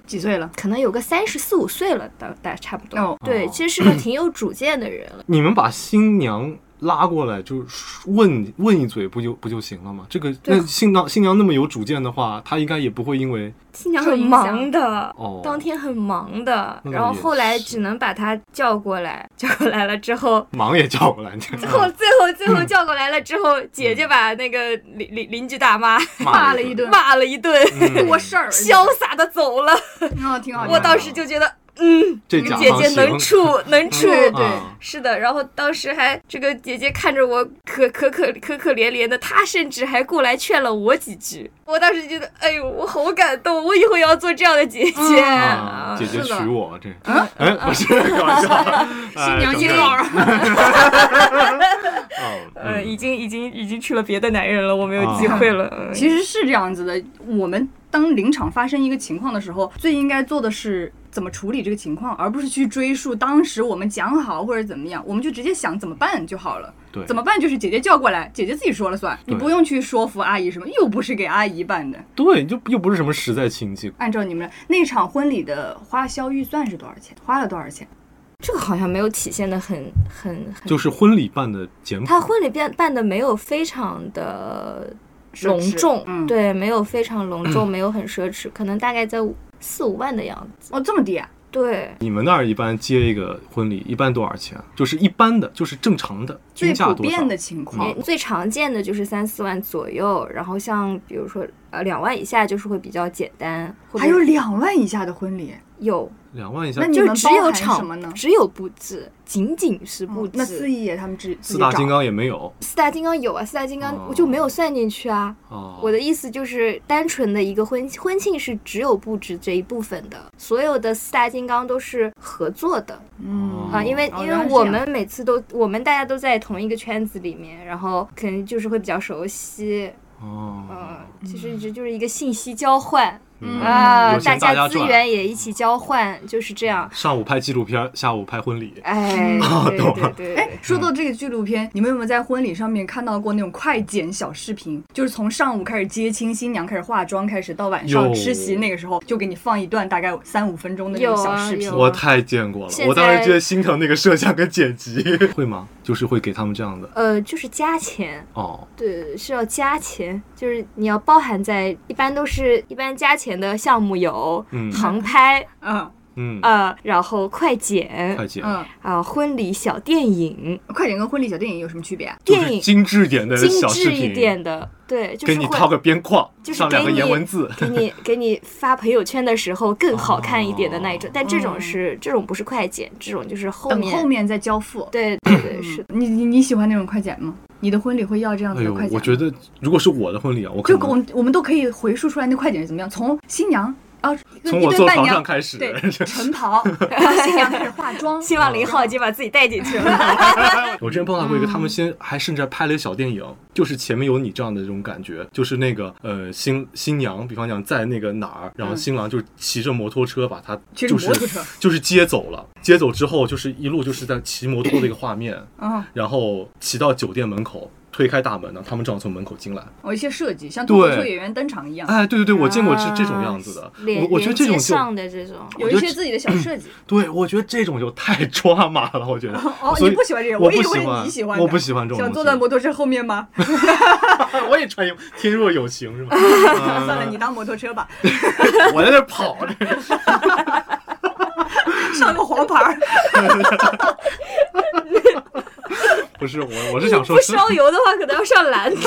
几岁 了？
可能有个三十四五岁了，大大差不多。
哦
对，其实是个挺有主见的人了。
你们把新娘拉过来，就是问问一嘴不就不就行了吗？这个
对
那新郎新娘那么有主见的话，她应该也不会因为
新娘很忙的
哦，
当天很忙的，
那倒
然后
也
后来
是嗯
只能把她叫过来，叫过来了之后。
忙也叫过来，
最 后，最后，最后叫过来了之后，姐姐把那个邻邻邻居大妈
骂了一顿，
骂了一顿，
嗯
多事儿，
潇洒的走了。
啊，挺好。
我当时就觉得，嗯，
这
你
甲
姐
方
姐能
行
处能处，
对对
啊
是的。然后当时还这个姐姐看着我可可可可可怜怜的，她甚至还过来劝了我几句。我当时就觉得，哎呦，我好感动，我以后也要做这样的姐姐。
嗯
啊，姐姐
是的
娶我这，
嗯
哎，不是开玩笑， 哎新
新娘
接
接稿儿，
呃，已
哦嗯，
经已经已经去了别的男人了，我没有
啊
机会了。嗯
其实是这样子的。我们当临场发生一个情况的时候，最应该做的是怎么处理这个情况，而不是去追溯当时我们讲好或者怎么样，我们就直接想怎么办就好了。
对
怎么办？就是姐姐叫过来，姐姐自己说了算，你
对
不用去说服阿姨什么，又不是给阿姨办的。
对，就又不是什么实在亲戚，
按照你们那场婚礼的花销预算是多少钱？花了多少钱？
这个好像没有体现的很很很，
就是婚礼办的简谱
他，婚礼办办的没有非常的
奢侈
隆重，
嗯
对，没有非常隆重，没有很奢侈，可能大概在五四五万的样子。
哦，这么低啊？
对，
你们那儿一般接一个婚礼一般多少钱？啊就是一般的，就是正常的均
最
价
普
多少嗯
遍？的情况
也，最常见的就是三四万左右，然后像比如说呃两万以下就是会比较简单，或者
还有两万以下的婚礼，
有
两万以下
那，你
就
们
只
包
有
含什么呢
场？只有布置，仅仅是布
哦
置。
那四姨爷他们自自
四
己
大
找
金刚也没有
四大金刚有啊，四大金刚
哦
我就没有算进去啊。
哦。
我的意思就是，单纯的一个婚婚庆是只有布置这一部分的，所有的四大金刚都是合作的
嗯
啊，因为
哦
因
原来
为
是
我
这样
们每次都，我们大家都在同一个圈子里面，然后可能就是会比较熟悉，
哦
嗯，，其实这就是一个信息交换
明白
啊
有，钱大
家
家
资
赚
源也一起交换，就是这样。
上午拍纪录片，下午拍婚礼，
哎，
哦
对
懂了
对对
哎
对，，
说
嗯
到这个纪录片，你们有没有在婚礼上面看到过那种快剪小视频？就是从上午开始接亲，新娘开始化妆开始，到晚上
有
吃席那个时候，就给你放一段大概三五分钟的那
有
种
啊
小视频。
有
我太见过了
现，在
我当时觉得心疼那个摄像跟剪辑， 会吗？就是会给他们这样的
呃，就是加钱，
哦，
对，是要加钱，就是你要包含在，一般都是一般加钱的项目有
嗯
航拍，
嗯
嗯，
呃，然后快剪
快剪，
嗯，
啊、婚礼小电影，
快剪跟婚礼小电影有什么区别啊？
就
电
是
影
精致点的
精
小视
致一
频，
点的，对，就
给
是
你
会
套个边框，
就是
上两个
给你
颜文字，
给你给你发朋友圈的时候更好看一点的那一种，但这种
哦
是这种不是快剪，这种就是后
等
面，
后面再交付。嗯
对对
嗯
对，是的。
你你你喜欢那种快剪吗？你的婚礼会要这样
哎
子的
呦
啊快，剪
我
吗？
觉得如果是我的婚礼啊，我可
就跟我
能
们我们都可以回溯出来那快剪是怎么样，从新娘啊，一
从
一
我
对
坐
伴
床上
娘
开始，
对 晨袍，然后新娘开始化妆，
新浪零号已经把自己带进去了，
我之前碰到
嗯
过一个，他们先还甚至还拍了一个小电影，就是前面有你这样的这种感觉，就是那个呃新新娘，比方讲在那个哪儿，然后
嗯
新郎就骑着摩托车把她
骑着
就是
摩托车
就是接走了，接走之后就是一路就是在骑摩托的一个画面，
嗯，
然后骑到酒店门口，推开大门呢，他们正好从门口进来，
有一些设计，像脱口秀
对
演员登场一样，
哎，对对对，我见过是这种样
啊
子的，
连
我我觉得这种
连接
就
上的这种，
有
觉
一
得
些
这
自己的小设 计。
对，我觉得这种就太 抓马了，我觉 得。
哦，
所
你
以
不喜欢这种，
我
以
不喜
为
欢
你喜欢，
我不喜欢这种
想坐
东
在
西
摩托车后面吗？
我也穿一天若有情是吧？ 嗯呃
算了，你当摩托车吧，
我在那儿跑着。
上个黄牌儿。
不是我，我是想说
不，烧油的话可能要上蓝的。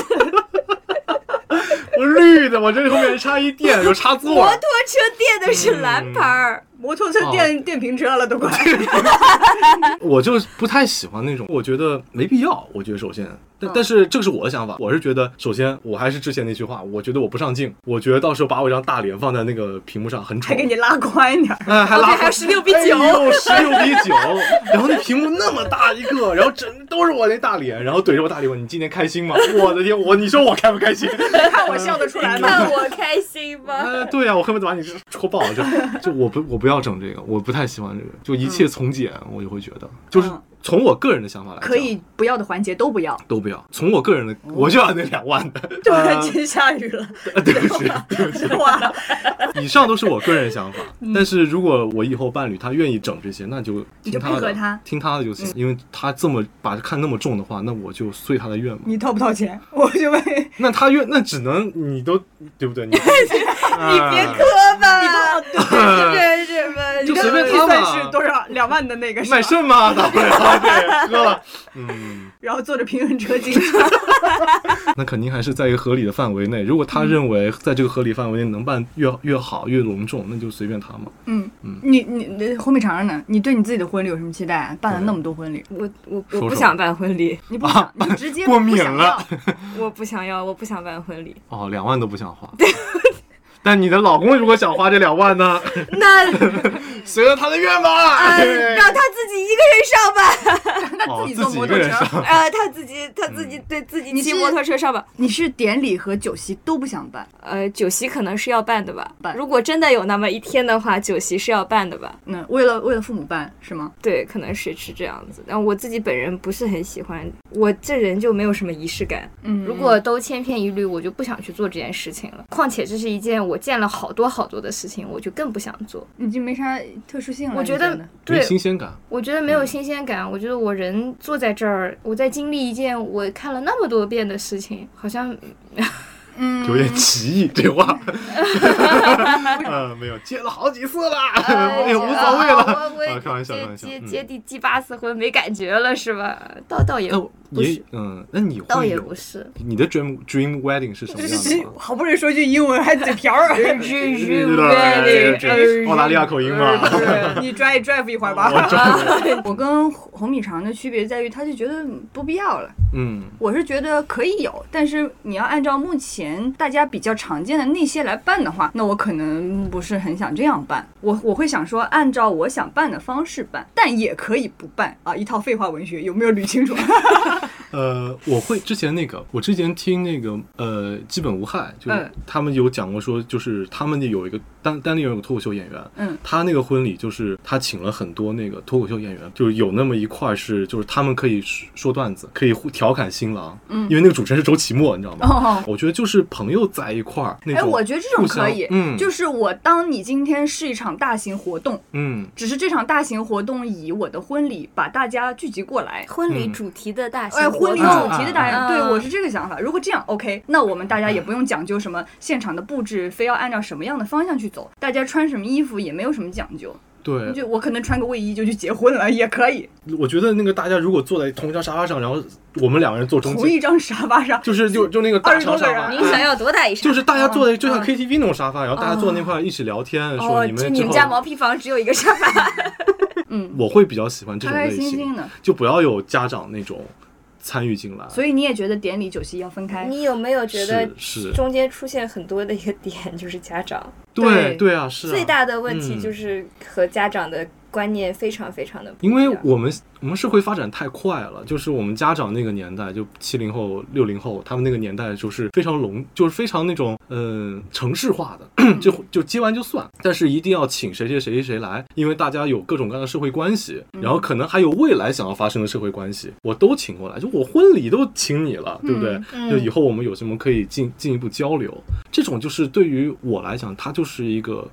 我是绿的，我这后面插一电，有插座
摩。托车垫的是蓝牌
哦
儿，
摩托车电电瓶车了都快。
我就不太喜欢那种，我觉得没必要。我觉得首先，
嗯
但但是这个是我的想法，我是觉得首先我还是之前那句话，我觉得我不上镜，我觉得到时候把我一张大脸放在那个屏幕上很丑
还。给你拉宽一点儿，
哎，还
而且
拉
还有十六比九，
哎呦，十六比 九，然后那屏幕那么大一个，然后整都是我那大脸，然后怼着我大脸问：“你今天开心吗？” 我的天，我你说我开不开 心？
看嗯我笑得出
嗯
来吗？
看我开心吗？
呃，对呀、我恨不得把你这戳爆这，就我不我不要整这个，我不太喜欢这个，就一切从简，我就会觉得就是
嗯
从我个人的想法来讲，
可以不要的环节都不要。
都不要。从我个人的，我就要那两万的。
突然间下雨了，
呃对不起，嗯 对不起。
哇，
以上都是我个人想法，但是如果我以后伴侣他愿意整这些，那就
你
听
就
他
配
的，
合他
听他的就行，因为他这么把他看那么重的话，那我就遂他的愿嘛。
你掏不掏 钱？我就问，
那他愿，那只能你都对不对？你你别磕，
吧，
这什么？
就
你
随便
的预
他
算是
吧。
多少？两万的那个是吧
卖？肾吗？ 大不了对，喝了，嗯，
然后坐着平衡车进 去，
那肯定还是在一个合理的范围内。如果他认为在这个合理范围内能办越越好越隆重，那就随便他嘛。
嗯
嗯，
你你你红米肠呢？你对你自己的婚礼有什么期待啊？办了那么多婚礼，
我我
说
我不
说
想办婚礼，
你不想，你直接
过
不
敏
想
了
要。
我不想要，我不想办婚礼。
哦，两万都不想花。 但你的老公如果想花这两万呢？
那
随了他的愿吧。
呃，
对
让他自己一个人上 吧。
哦
自己
自
坐
己
摩
一
托
个人
车
上。
呃，他自己他自己
嗯
对自己
你
骑
是
摩托车上吧。
你是典礼和酒席都不想办，
呃，酒席可能是要办的吧
办。
如果真的有那么一天的话，酒席是要办的吧。
那为了为了父母办是吗？
对，可能是是这样子。但我自己本人不是很喜欢，我这人就没有什么仪式感。
嗯
如果都千篇一律，我就不想去做这件事情了。况且这是一件我见了好多好多的事情，我就更不想做。
已经没啥特殊性了，
我
你
觉
觉
得
呢
对
没。新嗯鲜感。
我觉得没有新鲜感，我觉得我人坐在这儿，我在经历一件我看了那么多遍的事情，好像
嗯，
有点歧义，这话。 嗯，没有，接了好几次了，哎我也无所谓了。
啊哎 我我
啊开玩笑
接
开玩笑
接
嗯
接第第八次婚没感觉了是吧？倒倒也
那哎我
哎不
也
是，
嗯，那你
倒
会
也
有
不是。
你的 dream dream wedding 是什么
这
样
这
的吗？
好不容易说句英文还嘴瓢 儿，
澳大利亚口音嘛。
你 drive drive 一会儿吧。
我跟红红米肠的区别在于，他就觉得不必要了。
嗯，
我是觉得可以有，但是你要按照目前大家比较常见的那些来办的话，那我可能不是很想这样办。我我会想说，按照我想办的方式办，但也可以不办啊。一套废话文学有没有捋清楚？
呃，我会之前那个，我之前听那个呃，基本无害，就是
嗯
他们有讲过说，就是他们有一个单单立人有个脱口秀演员，
嗯，
他那个婚礼就是他请了很多那个脱口秀演员，就是有那么一块是就是他们可以说说段子，可以互调侃新郎，嗯，因为那个主持人是周奇墨，你知道吗？
哦
我觉得就是朋友在一块儿那
哎，
种，
我觉得这种
互相
可以，
嗯
就是我当你今天是一场大型活动，
嗯，
只是这场大型活动以我的婚礼把大家聚集过来。
婚礼
嗯
主题的大型
哎，
活
婚礼
动
主题的大家，
啊
对
啊
我是这个想法。如果这样，OK，那我们大家也不用讲究什么现场的布置，非要按照什么样的方向去走，大家穿什么衣服也没有什么讲究。
对，
就我可能穿个卫衣就去结婚了，也可以。
我觉得那个大家如果坐在同一张沙发上，然后我们两个人坐中
同一
间，
张沙发上，
就是就就那个大
20多个
长沙
人
发，哎
您想要多大一扇？
就是大家坐在就像
嗯
KTV 那种沙发，然后大家坐那块一起聊天，说
哦，
你
就
们
你
之
们家
后，
毛坯房只有一个沙发，
嗯，
我会比较喜欢这
开
种
开
类
心心
型，
的。
就不要有家长那种参与进来。
所以你也觉得典礼酒席要分开？
你有没有觉得
是是
中间出现很多的一个点 就是家长？
对
对对啊，是啊
最大的问题
嗯
就是和家长的观念非常非常的不一
因
样。
为我们我们社会发展太快了，就是我们家长那个年代，就七零后、六零后，他们那个年代就是非常笼，就是非常那种呃城市化的， 就就接完就算，但是一定要请谁谁谁谁谁来，因为大家有各种各样的社会关系，
嗯
然后可能还有未来想要发生的社会关系，我都请过来，就我婚礼都请你了，对不对？
嗯
就以后我们有什么可以进进一步交流，这种就是对于我来讲，他就是一个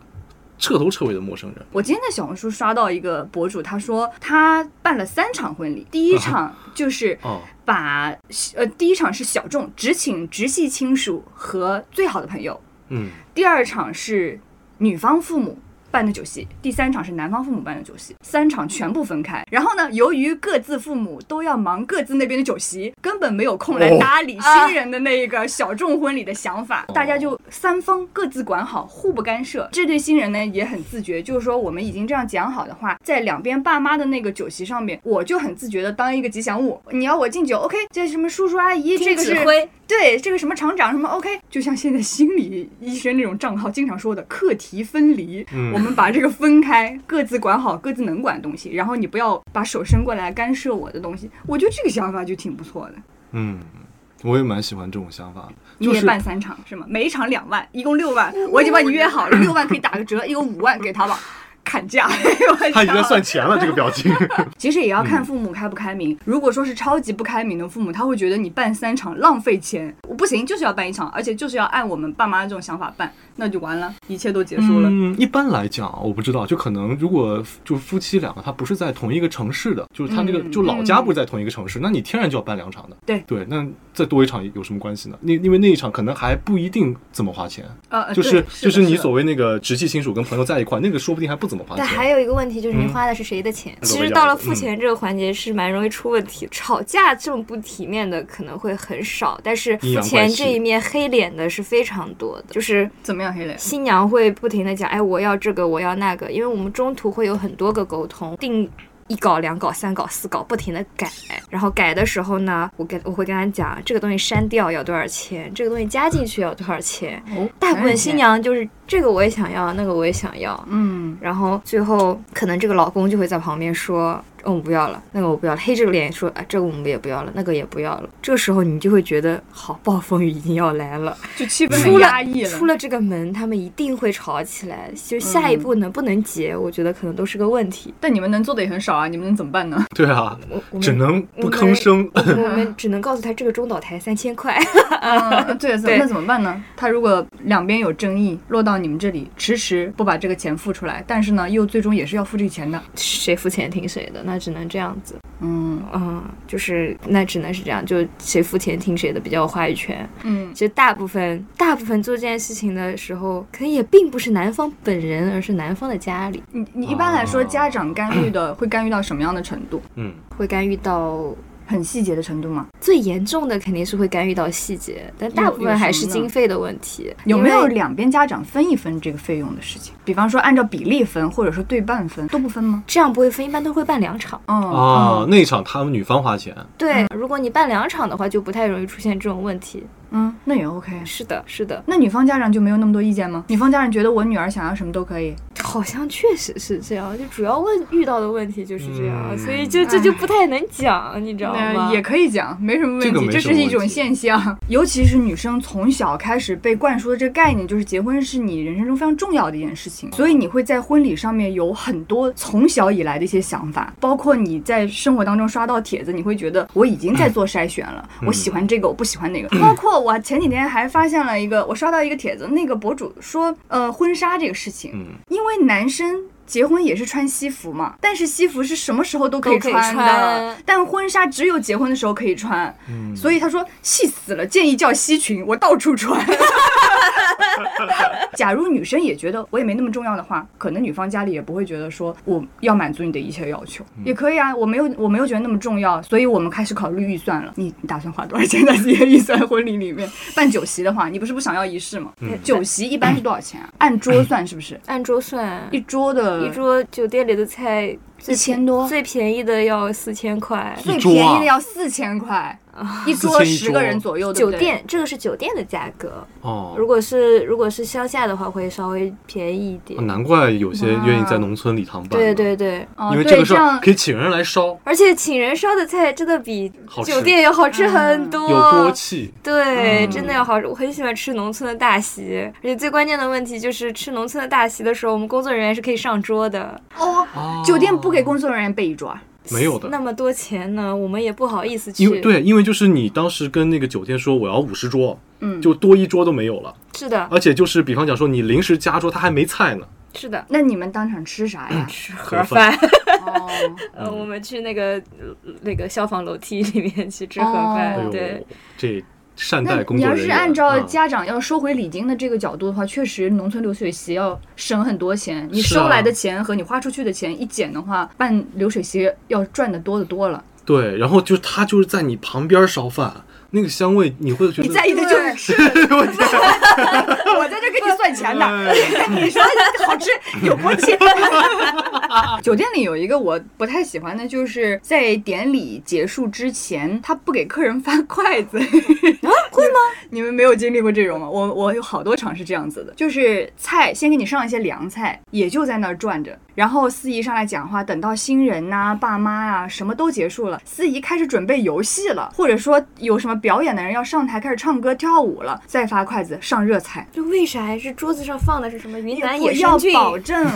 彻头彻尾的陌生人。
我今天在小红书刷到一个博主，他说他办了三场婚礼，第一场就是
啊哦，
把呃第一场是小众，只请直系亲属和最好的朋友；
嗯，
第二场是女方父母。办的酒席，第三场是男方父母办的酒席，三场全部分开。然后呢，由于各自父母都要忙各自那边的酒席，根本没有空来
哦
搭理新人的那个小众婚礼的想法，大家就三方各自管好，互不干涉。这对新人呢也很自觉，就是说我们已经这样讲好的话，在两边爸妈的那个酒席上面，我就很自觉的当一个吉祥物。你要我敬酒，OK，这什么叔叔阿姨，这
听
个
指
是
挥，
对这个什么厂长什么 OK，就像现在心理医生这种账号经常说的课题分离，
嗯
我们把这个分开，各自管好各自能管的东西，然后你不要把手伸过来干涉我的东西。我觉得这个想法就挺不错的。
嗯，我也蛮喜欢这种想法的，
你
就
也
是嗯
办三场是吗？每一场两万，一共六万，我已经帮你约好了，六万可以打个折，一共五万给他吧。砍价。
他已经在算钱了，这个表情。
其实也要
嗯
看父母开不开明。如果说是超级不开明的父母，他会觉得你办三场浪费钱，我不行，就是要办一场，而且就是要按我们爸妈这种想法办，那就完了，一切都结束了。
嗯，一般来讲，我不知道，就可能如果就是夫妻两个，他不是在同一个城市的，就是他那个、
嗯
就老家不是在同一个城市，那你天然就要办两场的。
对
对，那再多一场有什么关系呢？那因为那一场可能还不一定怎么花钱，
呃，
就
对是
就
的
是
是
你
的
所谓那个直系亲属跟朋友在一块，那个说不定还不怎么花
但还
钱。
有一个问题就是，您
嗯
花的是谁的钱？
那
其
都
实
一样
到
的
了付
嗯
钱这个环节是蛮容易出问题。吵架这种不体面的可能会很少，但是
阴
付
阳
钱
怪气
这一面黑脸的是非常多的，就是
怎么样，黑磊？
新娘会不停的讲，哎，我要这个，我要那个，因为我们中途会有很多个沟通，定一稿、两稿、三稿、四稿，不停的改。然后改的时候呢，我跟我会跟他讲，这个东西删掉要多少钱，这个东西加进去要多少钱。
哦
大部分新，娘就是这个我也想要，那个我也想要，
嗯，
然后最后可能这个老公就会在旁边说。嗯，我不要了，那个我不要了，黑着脸说，啊，这个我们也不要了，那个也不要了。这个时候你就会觉得，好，暴风雨已经要来了。
就气氛
出
很
了
压抑了。
出了这个门，他们一定会吵起来。就下一步能不能结，我觉得可能都是个问题。
但你们能做的也很少啊，你们能怎么办 呢？
对啊，
我我
只
们
能不吭声。
哦
我们我们只能告诉他这个中岛台三千块。
嗯，对，怎
啊对
那怎么办呢？他如果两边有争议，落到你们这里，迟迟不把这个钱付出来，但是呢，又最终也是要付这个钱的。
谁付钱听谁的，那只能这样子。
嗯
嗯，就是那只能是这样，就谁付钱听谁的比较有话语权。
嗯，
其实大部分大部分做这件事情的时候，可能也并不是男方本人，而是男方的家里
你你一般来说，
哦
家长干预的会干预到什么样的程 度？
嗯，
会干预到
很细节的程度吗？
最严重的肯定是会干预到细节，但大
有
部
有
分还
什
是
么呢
经费的问题。
嗯有
因
没有
为
两边家长分一分这个费用的事情？比方说按照比例分，或者说对半分，都不分吗？
这样不会分？一般都会办两场。
哦，
啊，那一场他们女方花钱，
对，如果你办两场的话，就不太容易出现这种问题。
嗯，那也 OK。
是的，是的，
那女方家长就没有那么多意见吗？女方家长觉得我女儿想要什么都可以，
好像确实是这样。就主要问遇到的问题就是这样，
嗯
所以就这就不太能讲，你知道吗？
那也可以讲，没什么问题，
这个没什
是
么
一种
问题
现象。尤其是女生从小开始被灌输的这个概念，就是结婚是你人生中非常重要的一件事情，所以你会在婚礼上面有很多从小以来的一些想法，包括你在生活当中刷到帖子，你会觉得我已经在做筛选 了，
嗯
我喜欢这个，我不喜欢那个。包括我前几天还发现了一个，我刷到一个帖子，那个博主说，呃，婚纱这个事情，
嗯，
因为男生结婚也是穿西服嘛，但是西服是什么时候都可以
都可以
穿的，
穿
但婚纱只有结婚的时候可以穿。
嗯
所以他说细死了，建议叫西裙，我到处穿。 假如女生也觉得我也没那么重要的话，可能女方家里也不会觉得说我要满足你的一切要求，也可以啊。我没有，我没有觉得那么重要，所以我们开始考虑预算了。你你打算花多少钱在自己的预算婚礼里面？办酒席的话，你不是不想要仪式吗？酒席一般是多少钱啊？按桌算是不是？
按桌算，
一桌的
一桌酒店里的菜最
一千
便
多
最便宜的要四千块。
最
一桌啊
便宜的要四千块，一桌
4000一
十
桌
个人左右，对不
酒
对
店这个是酒店的价格，
哦
如。果是如果是乡下的话，会稍微便宜一点。
难怪有些愿意在农村礼堂办，
对，对对，
哦，
因为
对，
这个事
样
儿可以请人来烧，
而且请人烧的菜真的比
好吃
酒店要好吃很
有
多，
哦
锅气，
对，
嗯
真的要好吃。我很喜欢吃农村的大席，而且最关键的问题就是吃农村的大席的时候，我们工作人员是可以上桌的。
哦，
哦
酒店不给工作人员备一桌啊，
没有的
那么多钱呢，我们也不好意思去。
因为对，因为就是你当时跟那个酒店说我要五十桌，
嗯，
就多一桌都没有了，
是的，
而且就是比方讲说你临时加桌，他还没菜呢，
是的。
那你们当场吃啥呀？
吃
盒饭，
哦，
呃，
嗯
我们去那个呃那个消防楼梯里面去吃盒饭，
哦
哎
对
呦，，这善
那
待工
你
作
要
人员。
是按照
嗯
家长要收回礼金的这个角度的话，确实农村流水席要省很多钱，你
是啊
收来的钱和你花出去的钱一减的话，办流水席要赚的多的多了。
对，然后就是他就是在你旁边烧饭，那个香味你会觉得
你在意的就是吃， 我在这给你算钱
嗯哎
呢。你说好 吃有锅气。酒店里有一个我不太喜欢的， 就是在典礼结束之前，他不给客人发筷子。啊会吗？
你们没有经历过这种吗？
我我有好多场是这样子的，就是菜先给你上一些凉菜，也就在那儿转着，然后司仪上来讲话，等到新人呐、爸妈呀、什么都结束了，司仪开始准备游戏了，或者说有什么表演的人要上台开始唱歌跳舞了，再发筷子上热菜。
就为啥呀？是桌子上放的是什么云南
我
野
要
生菌？
保证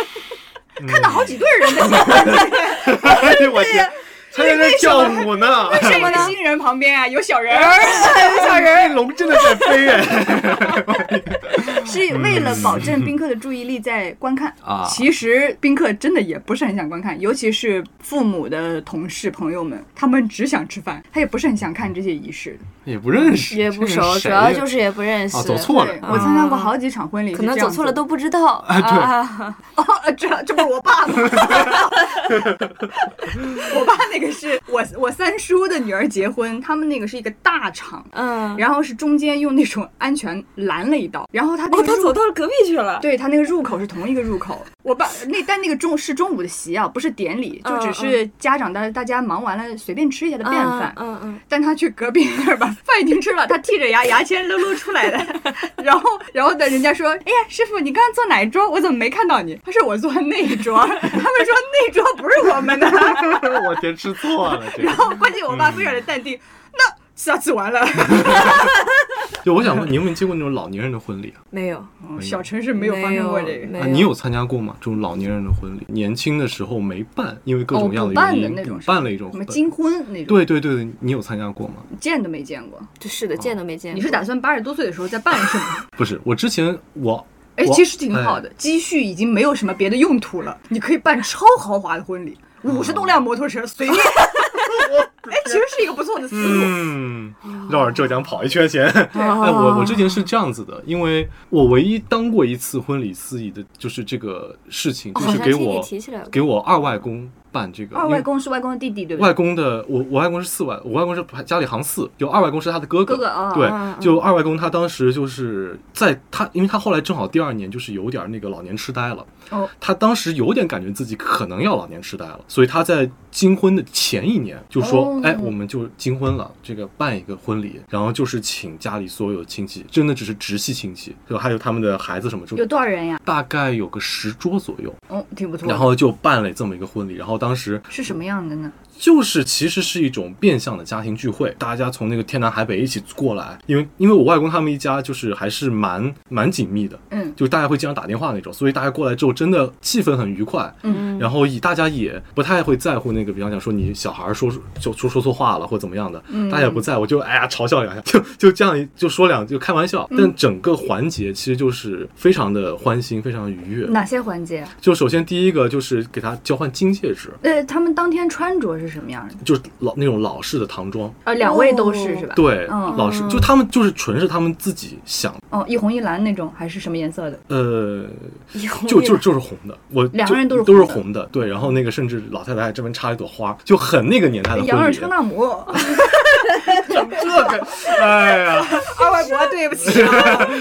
看到好几对人 在
哎呦我 天，他在那跳舞呢，
这个新人旁边啊有小人儿，
吓 人！龙真的在飞哎，
是为了保证宾客的注意力在观看
啊
其实宾客真的也不是很想观看，尤其是父母的同事朋友们，他们只想吃饭，他也不是很想看这些仪式。
也不认识，
也不
这
熟，
个人
主
谁
要
呀
就是也不认识。
啊，走错
对
了。
我参加过好几场婚礼，
可能走错了都不知道
啊对
啊！
哦， 这这不是我爸吗？
我爸那个是
我我三叔的女儿结婚，他们那个是一个大场。
嗯，
然后是中间用那种安全拦了一道， 然后他那
哦，
个
他
入
走到了隔壁去了。
对他那个入口是同一个入口，我爸 那但那个中是中午的席啊，不是典礼，就
嗯
只是家长大大家忙完了随便吃一下的
嗯，
便饭。
嗯嗯，
但他去隔壁那儿把饭已经吃了，他剔着牙，牙签溜溜出来 的。然后，然后等人家说：“哎呀，师傅，你刚刚坐哪一桌？我怎么没看到你？”他说：“我坐那一桌。” 他们说：“那桌不是我们的。
我天，吃错了，这”
然后，关键我爸非常的淡定。那下次完了，
哎
就我想问，你有没有接过那种老年人的婚礼啊？
没有，
嗯小城市没有发生过这个。
没
啊，你有参加过吗？这种老年人的婚礼，年轻的时候没办，因为各
哦
种样
补
原
办的
因
那种
补
是吧
办了一种
什
婚
么
礼。
金婚那种，
对对对对，你有参加过吗？
见都没见过。
这是的，见都没
哦
见过。
你是打算八十多岁的时候再办是 吗？
不是，我之前我
哎，
我
其实挺好的，积蓄已经没有什么别的用途了，你可以办超豪华的婚礼，五
嗯
十多辆摩托车随 便。哎，其实是一个不错的思路。
嗯， 绕着浙江跑一圈先。
哦啊
哎，我我之前是这样子的，因为我唯一当过一次婚礼司仪的，就是这个事情，
哦
就
好
是
像
给
听你
我
提起来过
给我二外公办这个，
二
因
哦外
为
公是外公的弟弟，对不
外
对？
公的，我我外公是四外，我外公是家里行四，有二外公是他的哥哥。
哥哥哦
对，
嗯嗯
就二外公他当时就是在他，因为他后来正好第二年就是有点那个老年痴呆了。
哦，
他当时有点感觉自己可能要老年痴呆了，所以他在金婚的前一年就说：“
哦
哎，我们就金婚了，这个办一个婚礼，然后就是请家里所有亲戚，真的只是直系亲戚，就还有他们的孩子什么之类
有
的，
多少人呀？
大概有个十桌左右，
哦，挺不错的。
然后就办了这么一个婚礼。然后当时
是什么样的呢？
就是其实是一种变相的家庭聚会，大家从那个天南海北一起过来，因为因为我外公他们一家就是还是蛮蛮紧密的，
嗯
就大家会经常打电话那种，所以大家过来之后真的气氛很愉快，
嗯
然后以大家也不太会在乎那个，比方讲说你小孩儿说就说说错话了或怎么样的，
嗯
大家也不在乎，就哎呀嘲笑两下，就就这样一就说两就开玩
嗯
笑，但整个环节其实就是非常的欢欣，非常愉悦。
哪些环节？啊
就首先第一个就是给他交换金戒指，
呃，他们当天穿着是什么样的？
就是老那种老式的唐装。
呃，两位都是是吧？
哦对，
嗯
老师就他们就是纯是他们自己想，
哦，一红一蓝那种，还是什么颜色的？
呃，
以后
就
也
就就是红的，我
两
就
个人都是
都是
红的
红的，对，然后那个甚至老太太还这边插了一朵花，就很那个年代的
杨
呃婚
二
礼，
车纳姆，
这个，哎呀，
二外婆，对不起啊，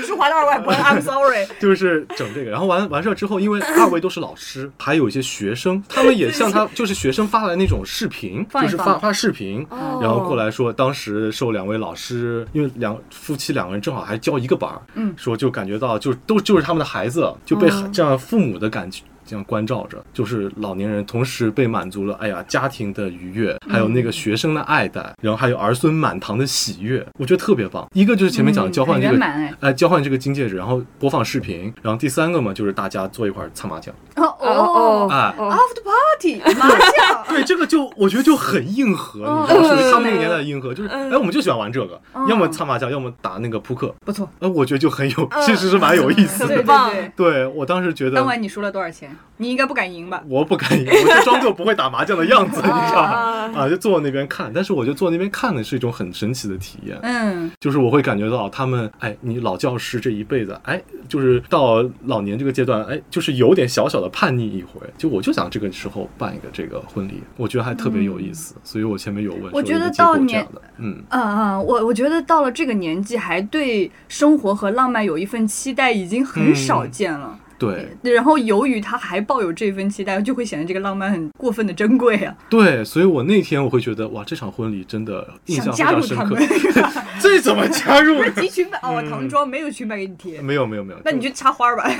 舒华的二外婆，I'm sorry。
就是整这个，然后完完事儿之后，因为二位都是老师，还有一些学生，他们 也向他就是学生发来那种视频，
放一
就是发
放
发视频，
哦
然后过来说当时受两位老师，因为两夫妻两个人正好还教一个班儿，
嗯哦
说就感觉到就都就是他们的孩子就被
嗯
这样父母的感觉。这样关照着，就是老年人同时被满足了，哎呀，家庭的愉悦，还有那
嗯
个学生的爱戴，然后还有儿孙满堂的喜悦，我觉得特别棒。一个就是 前面讲的交换
很
这
圆
个
满哎。
呃，交换这个金戒指，然后播放视频，然后第三个嘛，就是大家坐一块儿擦麻将。
哦
哦哦
哦
哎
哦，
，After Party，麻将。
对，这个就我觉得就很硬核，
嗯
你知道吗，属于他们那个年代的硬核，就是哎，我们就喜欢玩这个，
嗯
要么擦麻将，要么打那个扑克。
不错，
呃，我觉得就很有， 其实是蛮有意思
嗯对
的嗯
对。
棒
对。
对我当时觉得
当，晚你输了多少钱？你应该不敢赢吧？
我不敢赢，我就装作不会打麻将的 样 子，你知道吗？
嗯
啊
啊，就坐那边看，但是我觉得坐那边看的是一种很神奇的体验。
嗯，
就是我会感觉到他们，哎，你老教师这一辈子，哎，就是到老年这个阶段，哎，就是有点小小的叛逆一回。就我就想这个时候办一个这个婚礼，我觉得还特别有意思，所以我前面有问说
嗯我觉
有
得
没有接过
到
这样
年
的，嗯，
嗯嗯，我我觉得到
嗯
了这个年纪，还对生活和浪漫有一份期待，已经很少见了。
对
然后由于他还抱有这份期待，就会显得这个浪漫很过分的珍贵啊！
对，所以我那天我会觉得哇，这场婚礼真的印
想
象非
加
常
入
深
他
刻嗯
们。，
这怎么加入
不？ 是集裙摆哦，唐装没有裙摆给你贴，
没有没有没有，
那你就插花儿吧，
嗯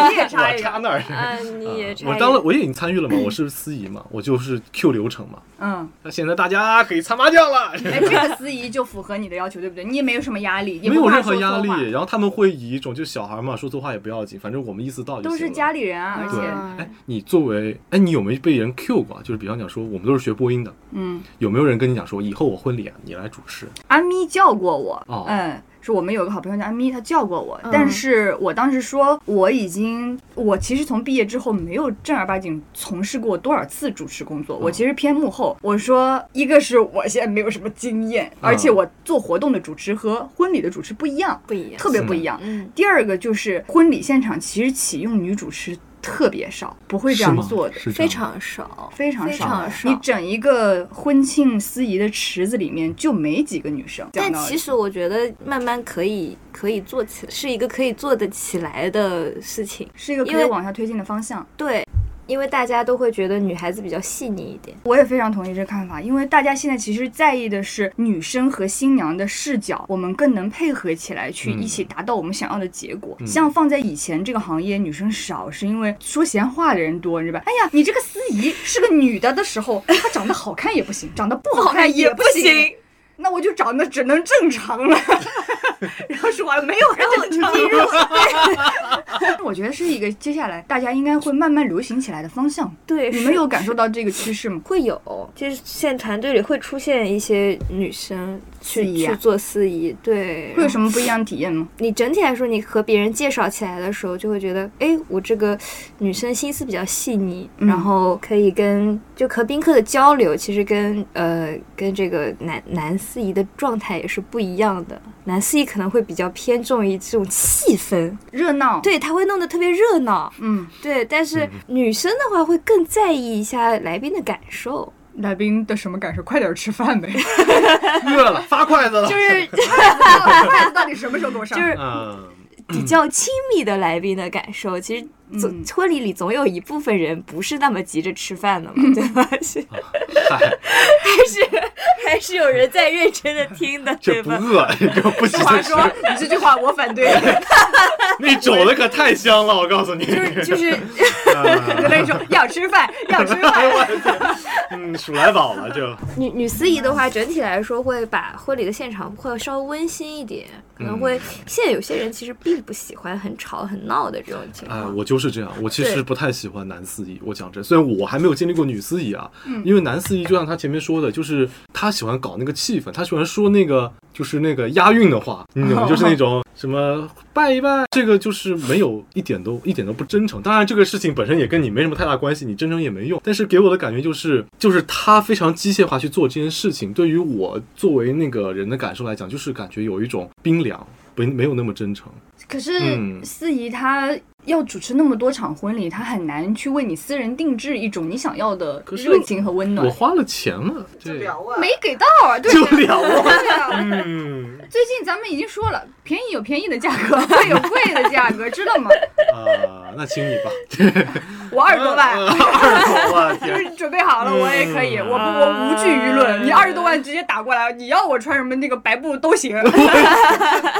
你也插
我
一个，
插
啊
那儿。啊
嗯，你也差
我
一
当了，我也已经参与了嘛，我是司仪嘛，我就是 Q 流程嘛。
嗯，
那现在大家可以擦麻将了，
哎，这个司仪就符合你的要求，对不对？你也没有什么压力，也
没
不
有
怕
任何
说
压
错话
力。然后他们会以一种就小孩嘛，说错话也不要紧，反正我们意思到就行
都
了。
是家里人啊，而
对
且，
嗯
哎，你作为哎，你有没有被人 Q 过啊？就是比方讲说，我们都是学播音的，
嗯，
有没有人跟你讲说，以后我婚礼啊，你来主持？
阿咪叫过我，
哦
嗯，是我们有个好朋友叫阿咪，她叫过我，但是我当时说我已经，我其实从毕业之后没有正儿八经从事过多少次主持工
嗯
作，我其实偏幕后。我说一个是我现在没有什么经验，而
嗯
且我做活动的主持和婚礼的主持不一样，
不一样，
特别不一样。
嗯，
第二个就是婚礼现场其实启用女主持特别少，不会这样
是吗
做的。
是这
非
样
常少，
非常
非
少，
常少
你整一个婚庆司仪的池子里面就没几个女生。
但
讲道理
其实我觉得慢慢可以可以做起，是一个可以做得起来的事情。
是一个
因
可以
为
往下推进的方向。
对，因为大家都会觉得女孩子比较细腻一点。
我也非常同意这个看法，因为大家现在其实在意的是女生和新娘的视角，我们更能配合起来去
嗯
一起达到我们想要的结果。
嗯
像放在以前这个行业，女生少是因为说闲话的人多，你知道吧？哎呀，你这个司仪是个女的的时候，她长得好看也不 行，长得不好看哦也不行。那我就长得只能正常 了，然后说完没有正 常了。我觉得是一个接下来大家应该会慢慢流行起来的方向。
对，
你
是
们有感受到这个趋势吗？
会有，就是现团队里会出现一些女生去、
司仪啊
去做司仪，对，
会有什
么？
么不一样的体验吗？
你整体来说，你和别人介绍起来的时候，就会觉得，哎，我这个女生心思比较细腻，
嗯
然后可以跟就和宾客的交流，其实跟呃跟这个男男司仪的状态也是不一样的。男司仪可能会比较偏重于这种气氛，
热闹，，
对他会弄得特别热闹，
嗯，
对，但是女生的话会更在意一下来宾的感受。
来宾的什么感受？快点吃饭 呗！
饿了，发筷
哦
子 了。
就是
筷子到底什么时候给我上？
就是
嗯，
比较亲密的来宾的感受，其实总
嗯
婚礼里总有一部分人不是那么急着吃饭的嘛，对吧？是
嗨，
还是还是有人在认真的听的，对
这不
吧？
饿，这 不行。
华 说你这句话我反对。
那肘子可太香了，我告诉你。
就是就是，
人类说要吃饭，要吃饭。
嗯，数来宝了就。
女女司仪的话，整体来说会把婚礼的现场会稍微温馨一点，可能会现在有些人其实并不喜欢很吵很闹的这种情
哎，
况。
我就是这样。我其实
对
不太喜欢男司仪。我讲真，虽然我还没有经历过女司仪啊，因为男司仪就像他前面说的，就是他喜欢搞那个气氛，他喜欢说那个就是那个押韵的话，你懂吗？就是那种什么拜一拜，这个就是没有一点都一点都不真诚。当然，这个事情本身也跟你没什么太大关系，你真诚也没用。但是给我的感觉就是，就是他非常机械化去做这件事情，对于我作为那个人的感受来讲，就是感觉有一种冰凉，没没有那么真诚。
可
嗯
是司仪她要主持那么多场婚礼，她很难去为你私人定制一种你想要的
可是
热情和温暖
我。花了钱了，
就
对。
聊啊，
没给到啊，对
就聊啊。
对啊。
嗯
最近咱们已经说了，便宜有便宜的价格， 贵有贵的价 格，知道吗？
啊，那请你吧。
我二十多万，
哎二十多 万，
就
天
是准备好了，我也可以，
嗯
我不我无惧舆论。你二十多万直接打过来，你要我穿什么那个白布都行。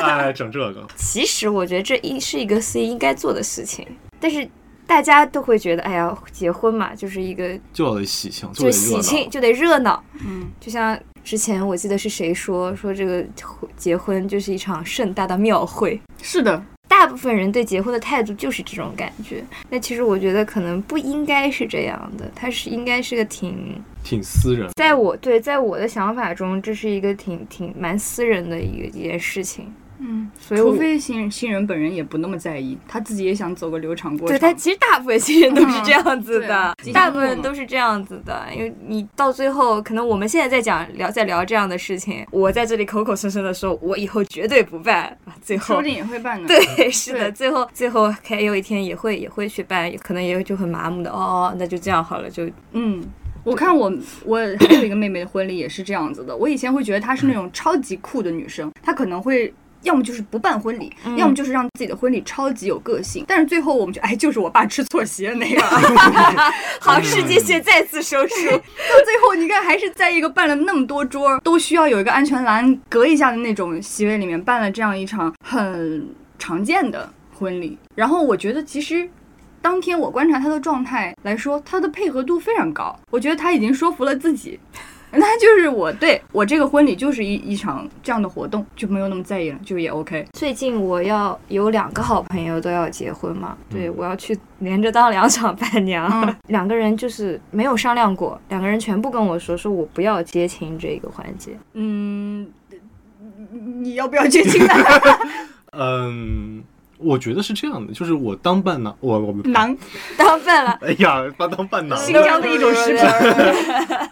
哎，整这个，
其实我觉得这一是一个司仪应该做的事情，但是大家都会觉得，哎呀，结婚嘛，就是一个
就要喜庆，
就
得
喜庆就得热闹。嗯，就像之前我记得是谁说说这个结婚就是一场盛大的庙会。
是的，
大部分人对结婚的态度就是这种感觉，那其实我觉得可能不应该是这样的，它是应该是个挺，
挺私人。
在我对在我的想法中，这是一个挺挺蛮私人的一个一件事情，
嗯，
所以我
除非新新人本人也不那么在意，他自己也想走个流场过
对
场。
他其实大部分新人都是这样子
对啊
的，
吉祥
大
物
部分
嘛
都是这样子的，因为你到最后，可能我们现在在讲聊在聊这样的事情，我在这里口口声声的说，我以后绝对不办，啊最
说
后
不。定也会办呢。，
对，是的，
对
最后最后还有一天也会也会去办，可能也就很麻木的，哦，那就这样好了，就
嗯。我看我我还有一个妹妹的婚礼也是这样子的，我以前会觉得她是那种超级酷的女生，她可能会要么就是不办婚礼，
嗯
要么就是让自己的婚礼超级有个性。但是最后我们就哎，就是我爸吃错鞋那个，
好，世界线再次收束。
到 最后你看还是在一个办了那么多桌都需要有一个安全栏隔一下的那种席位里面办了这样一场很常见的婚礼。然后我觉得其实。当天我观察他的状态来说，他的配合度非常高，我觉得他已经说服了自己， 那就是我对我这个婚礼就是一一场这样的活动，就没有那么在意了，就也 OK。
最近我要有两个好朋友都要结婚嘛，对我要去连着当两场伴娘，
嗯
两个人就是没有商量过，两个人全部跟我说，说我不要接亲这个环节，
嗯，你要不要接亲呢？
嗯，我觉得是这样的，就是我当伴郎，我我们
难，
当伴了。
哎呀，把当伴郎
新疆的一种食品。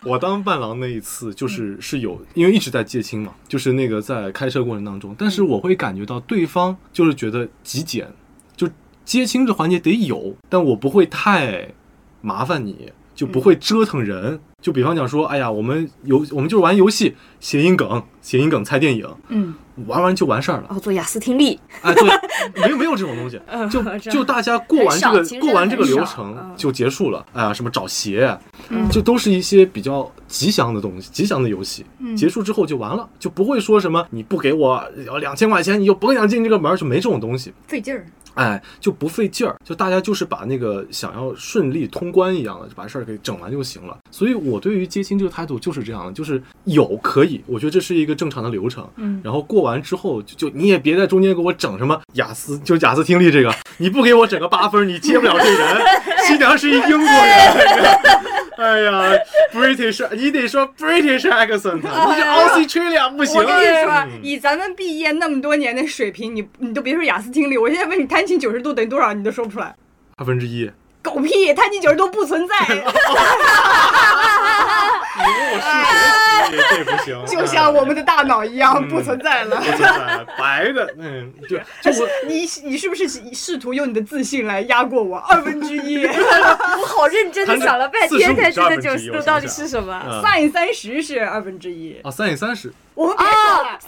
我当伴郎那一次，就是是有，因为一直在接亲嘛，就是那个在开车过程当中，但是我会感觉到对方就是觉得极简，就接亲这环节得有，但我不会太麻烦你，就不会折腾人。就比方讲说，哎呀，我们游我们就玩游戏，谐音梗，谐音梗猜电影，
嗯，
玩完就完事儿了。
哦，做雅思听力，
哎，对， 没有没有这种东西，
嗯
就就大家过完这
很少
个
其实
过完这个
真的
流
很少
程
嗯
就结束了。哎呀，什么找鞋，
嗯
这都是一些比较吉祥的东西，吉祥的游戏。
嗯
结束之后就完了，就不会说什么你不给我两千块钱，你就甭想进这个门儿，就没这种东西。
费劲儿。
哎，就不费劲儿，就大家就是把那个想要顺利通关一样的，就把事儿给整完就行了。所以我对于接亲这个态度就是这样的，就是有可以，我觉得这是一个正常的流程。
嗯
然后过完之后就就你也别在中间给我整什么雅思，就雅思听力这个，你不给我整个八分儿，你接不了这人。新娘是一英国人。 哎呀，British，你 得说 British accent，你啊是 Australia 不行。
哎 我跟你说
嗯，
以咱们毕业那么多年的水平，你你都别说雅思听力，我现在问你弹琴九十度等于多少，你都说不出来。
二分之
啊
一，
狗屁，弹琴九十度不存在，
你问我数学，这不行。
就像我们的大脑一
嗯
样，不存在了。
不存在白 的，嗯，就就我
你你是不是试试图用你的自信来压过我？二分之 一
我好认真
地
的
想
想
了
了
半
半
天
天，才
才知
知
道
道
90
90
度
度
到
到
底
底
是
是什么。
，sin 三十是二分之一。
啊嗯三也三十，
我们
哦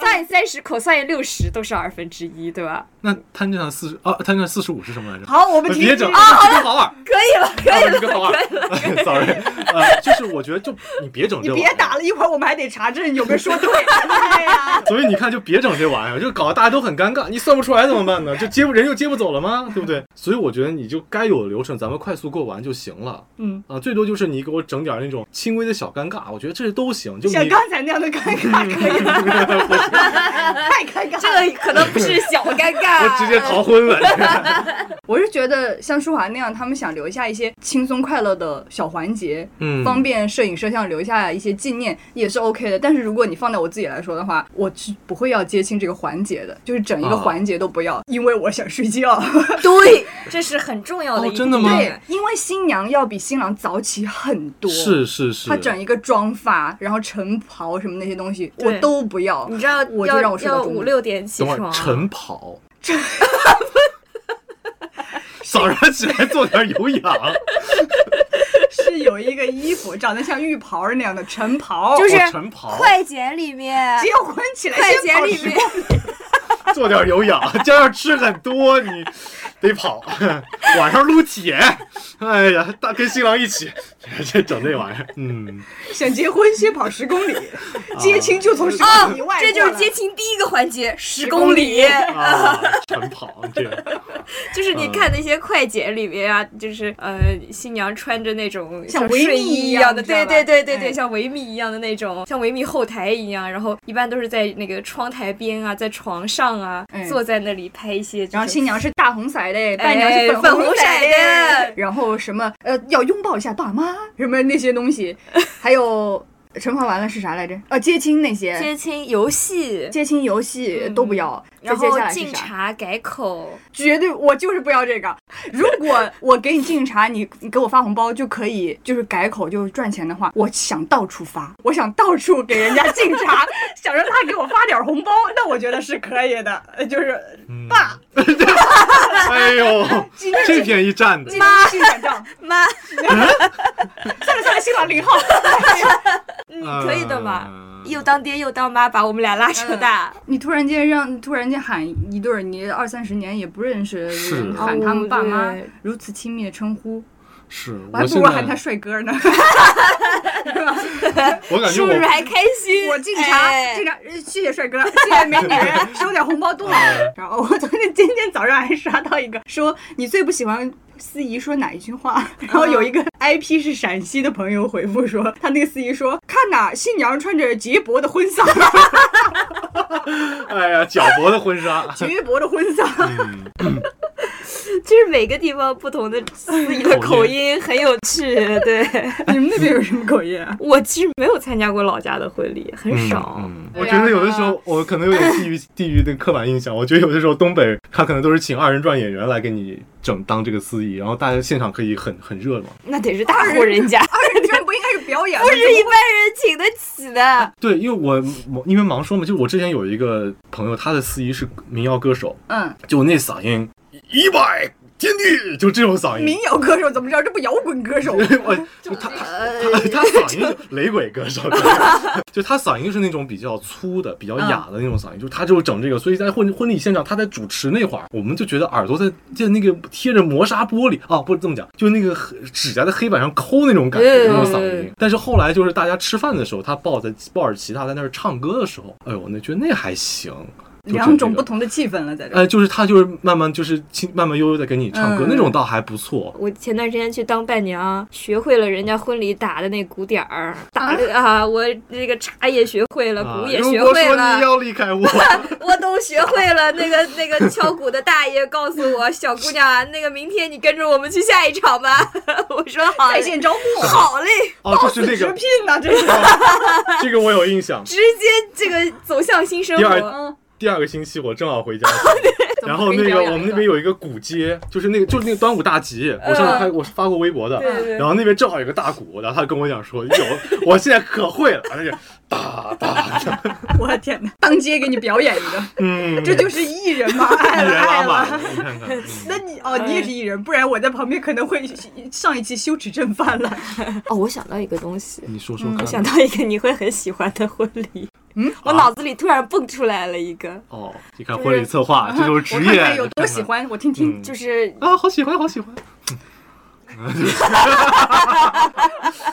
，sin 三十，cos 六十都是二分之一，对吧？
那摊这上四十啊，摊这上四十五是什么来着？
好，我们停
别
止啊
整，。好了，好玩，
可以了， 可以
啊
了，
一个好玩 ，sorry，呃，就是我觉得就你别整
你
这玩意
别
儿。
打了，一会儿我们还得查证有没有 说对。哎呀，
所以你看，就别整这玩意儿，就搞得大家都很尴尬。你算不出来怎么办呢？就接不人又接不走了吗？对不对？所以我觉得你就该有的流程，咱们快速过完就行了。
嗯
啊，最多就是你给我整点儿那种轻微的小尴尬，我觉得这都行。就
像
你
刚才那样的尴尬
嗯
可以吗， 太尴尬了。
这个可能不是小尴尬，
我直接逃婚了。
我是觉得像舒华那样，他们想留下一些轻松快乐的小环节，
嗯
方便摄影摄像留下一些纪念也是 OK 的。但是如果你放在我自己来说的话，我是不会要接亲这个环节的，就是整一
啊
个环节都不要，因为我想睡 觉。
对，这是很重要的
哦
一点。
真的吗
对，因为新娘要比新郎早起很多，
是是是，
她整一个妆发，然后晨袍什么那些东西，我
对
都不要。
你知道
我就
要
让我睡到
要
中午
五六点起
等会儿
床，
晨跑，早上起来做点有氧，
是有一个衣服长得像浴袍那样的晨袍，
就是
哦晨跑，
快剪里面，
结婚起来
快
先
剪
跑
里
十
面，
做点有氧，加上吃很多，你得跑， 晚上撸铁，哎呀，大跟新郎一起， 这整这玩意儿，嗯，
想结婚先跑十公里，接亲啊就从十公里以外、
这就是接。亲第一个环节，十
公
公
里
里。
啊，晨跑这样，
就是
嗯
你看那些快剪里面啊，就是呃，新娘穿着那种
像维密
睡衣
一
一
样
样的，
你知道
对
吧
对对对对，
哎
像维密一样的那种，像维密后台一样，然后一般都是在那个窗台边啊，在床上啊
哎，
坐在那里拍一些这种，
然后新娘是大红色的，
哎
伴娘是
粉
红色
红色的
然后什么呃要拥抱一下爸妈什么那些东 西，还有惩罚完了是啥来着？呃，接嗯亲那些
接亲游戏，
接亲游戏都不要。再
然
接
后
下来是
敬
啥？
茶改口，
绝对我就是不要这个。如果我给你敬茶，你你给我发红包就可以，就是改口就是赚钱的话，我想到处发，我想到处给人家敬茶，想让他给我发点红包，那我觉得是可以的，呃就是
嗯
爸，
哎呦，
今天
这便宜占的
今，天是转账。
妈，
算了算了，新郎零号，
你可以的嘛。
呃
又当爹又当妈，把我们俩拉扯大。
你突然间让突然间喊一对儿你二三十年也不认识的
是
人喊他们爸妈
哦对
如此亲密的称呼，
是
我还不
现
如
在
喊他帅哥呢。
我感
是
觉
不
我
是还开心？
我敬茶，
哎
敬茶，呃谢谢 帅哥，谢谢美女，收点红包多好。然后我昨天今天早上还刷到一个说你最不喜欢。司仪说哪一句话？然后有一个 IP 是陕西的朋友回复说，他那个司仪说：“看呐，新娘穿着杰博的婚纱，
哎呀，脚脖的 婚纱，
杰博的婚纱。
嗯，
就是每个地方不同的司仪的口音很有趣。 对
你们那边有什么口音 啊？
我其实没有参加过老家的婚礼，很少。啊
嗯嗯我觉得有的时候我可能有点 地域地域的刻板印象，我觉得有的时候东北他可能都是请二人转演员来给你整当这个司仪，然后大家现场可以很很热闹。
那得是大户人家，
二人转不应该是表演吗？
不 是一般人请得起的。
对，因为我我因为忙说嘛，就是我之前有一个朋友，他的司仪是民谣歌手，
嗯，
就那嗓音，一百天地，就这种嗓音
民。谣歌手怎么知道？这不摇滚歌手吗？啊
我就他他他嗓音就雷鬼歌手， 就他嗓音是那种比较粗的、比较哑的那种嗓音，就他就整这个，所以在婚婚礼现场，他在主持那会儿，我们就觉得耳朵在在那个贴着磨砂玻璃啊，不是这么讲，就那个黑指甲在黑板上抠那种感觉，
嗯
那种嗓音。但是后来就是大家吃饭的时候，他抱在抱着吉他在那儿唱歌的时候，哎呦，我那觉得那还行。就整这个
两种不同的气氛了，在这。
呃，就是他就是慢慢就是轻慢慢悠悠的给你唱歌，
嗯
那种倒还不错。
我前段时间去当伴娘，学会了人家婚礼打的那鼓点儿，打的啊我这个茶也学会了，
啊
呃鼓也
如
学
果
会
说
了
你，要离开我，
我都学会了。那个那个敲鼓的大爷告诉 我，小姑娘啊，那个明天你跟着我们去下一场吧。 我说好嘞，
在线招募，
好嘞，
哦，就是那
直
个
聘呢，啊这是。
这个我有印象。
直接这个走向新生
第二
活。嗯
第二个星期我正 好回家，然后
怎么
那
给你表
个
演
我们
一
那
个
边有一个鼓街，就是那个就是那个端午大集，我上次
嗯
拍我发过微博的。
对对对
然后那边正好有个大鼓，然后他跟我讲说有， 我现在可会了，那个哒哒，
我的天哪，当街给你表演一个，
嗯，
这就是艺人 嘛，
一
爱
人
了
拉
爱了。
满，你看看，嗯
那你哦，你也是艺人，不然我在旁边可能会上一期羞耻症犯了。
哦，我想到一个东西，
你说说
我
看
想，到一个你会很喜欢的婚礼。
嗯，
我脑子里突然蹦出来了一个，
哦，你看婚礼策划，这
嗯
就是
我
职
看
业，
看有多喜欢，我听听
嗯。
就是
啊，好喜欢，好 喜欢，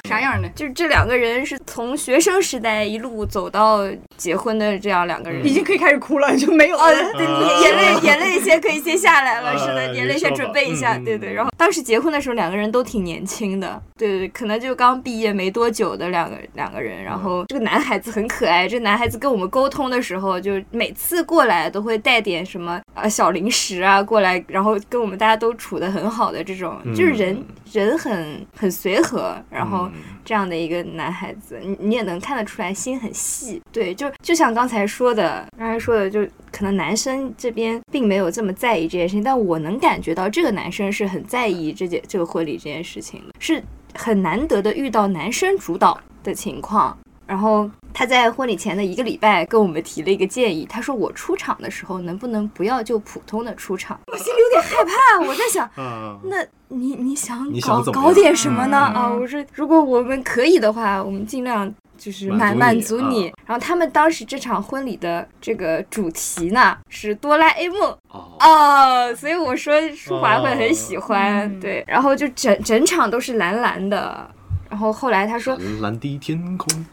啥样的？
就是这两个人是从学生时代一路走到结婚的这样两个人。
已经可以开始哭了，就没有
哦，
了。
对，
啊
眼泪眼泪先可以先下来了，
啊
是的，
你
眼泪先准备一
说
下，
吧
对
嗯
对。然后当时结婚的时候，两个人都挺年轻的，对对，对可能就刚毕业没多久的两个两个人。然
嗯
后这个男孩子很可爱，这个男孩子跟我们沟通的时候，就每次过来都会带点什么呃小零食啊过来，然后跟我们大家都处的很好的这种，就是人人很很随和，然后
嗯
这样的一个男孩子，你你也能看得出来心很细。对，就就像刚才说的，刚才说的，就可能男生这边并没有这么在意这件事情，但我能感觉到这个男生是很在意这件这个婚礼这件事情的，是很难得的遇到男生主导的情况。然后他在婚礼前的一个礼拜跟我们提了一个建议，他说我出场的时候能不能不要就普通的出场？我心里有点害怕，我在想，
啊，
那你你想
你
搞
想怎么样
搞点什么呢？
嗯
啊，我说如果我们可以的话，我们尽量就是满
满
满足
足你啊
你。然后他们当时这场婚礼的这个主题呢是哆啦 A 梦
哦，
哦，所以我说舒华会很喜欢，
哦
对。然后就整整场都是蓝蓝的。然后后来他说，
蓝蓝的天空，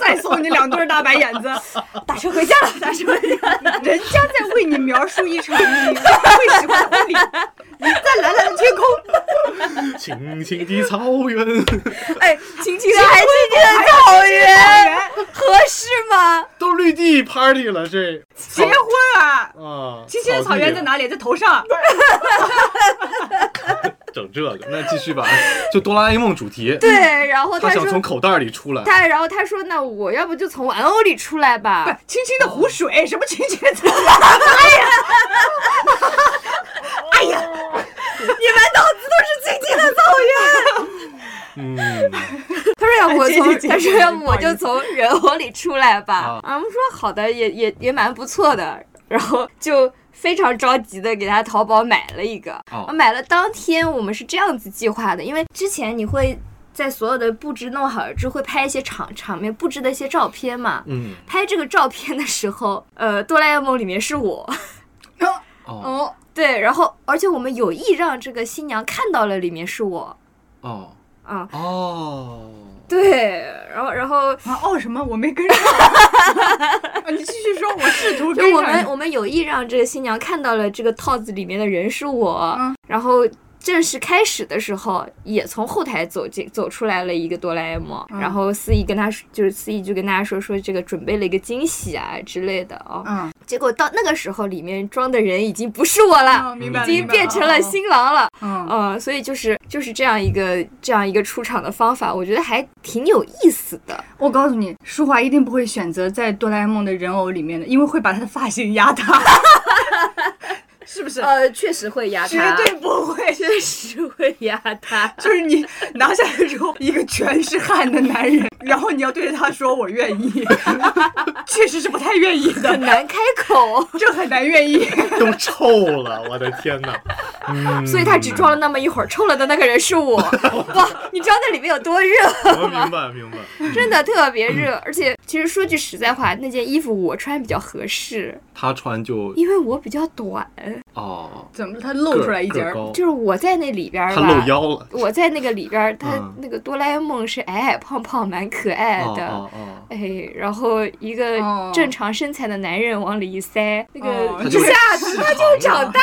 再送你两对大白眼子，
打车回家了，打车 回家了。
人家在为你描述一场你会喜欢的婚礼，你在蓝蓝的天 空，
青青的草原。
哎，轻轻的还轻轻的草原，合适吗？
都绿地 party 了，这
结婚啊！
啊，
青青的草原在哪里？在头上。
整这个，那继续吧， 就哆啦 A 梦主题，
对，，然后
他
说
想从口袋里出来，
他，然后他说：“那我要不就从玩偶里出来吧。”
清清的湖水，什么清清的草原？
你满脑子都是青青的草原。
嗯，
他说要我
哎这这
从，他说要
不好
我
意思
就从人偶里出来吧
啊。
啊，我们说好的，也也也蛮不错的。 然后就非常着急的给他淘宝买了一个。
哦
我买了当天我们是这样子计划的，因为之前你会。在所有的布置弄好了之后，会拍一些场场面布置的一些照片嘛。
嗯，
拍这个照片的时候，呃，哆啦 A 梦里面是我，
哦
哦，对，然后而且我们有意让这个新娘看到了里面是我，
哦
啊，
哦，
对，然后然后
啊哦什么我没跟上， 啊你继续说，我试图
就
跟
我
上
们
你。
我们有意让这个新娘看到了这个套子里面的人是我，
嗯
然后正式开始的时候，也从后台走进走出来了一个哆啦 A 梦，
嗯
然后司仪跟他说，就是司仪就跟大家说说这个准备了一个惊喜啊之类的哦，
嗯，
结果到那个时候里面装的人已经不是我了，
嗯明白了，
啊已经
明白
变成了。新郎了。
嗯，嗯
呃，所以就是就是这样一个这样一个出场的方法，我觉得还挺有意思的。
我告诉你，舒华一定不会选择在哆啦 A 梦的人偶里面的，因为会把他的发型压塌，
是不是？
呃，确实会压
绝对不会。
确实会压他。
就是你拿下来之后，一个全是汗的男人，然后你要对着他说“我愿意”， 确实是不太愿意的，
很难开口，
嗯
这很难愿意。
都臭了，我的天哪！嗯，
所以他只装了那么一会儿，抽了的那个人是 我。哇，你知道那里面有多热？
我明白明白，
真的特别热。而且，其实说句实在话，那件衣服我穿比较合适，
他穿就
因为我比较短，
哦，
怎么他露出来一截
个
儿？
高
就是我在那里边儿
他露
吧。
腰了，
我在那个里边儿，他
嗯
那个哆啦 A 梦是矮矮胖胖，蛮可爱
哦
的。
哦哦，
哎，然后一个
哦
正常身材的男人往里一塞，那
哦
个
他
一
就
下子
他就
长
大，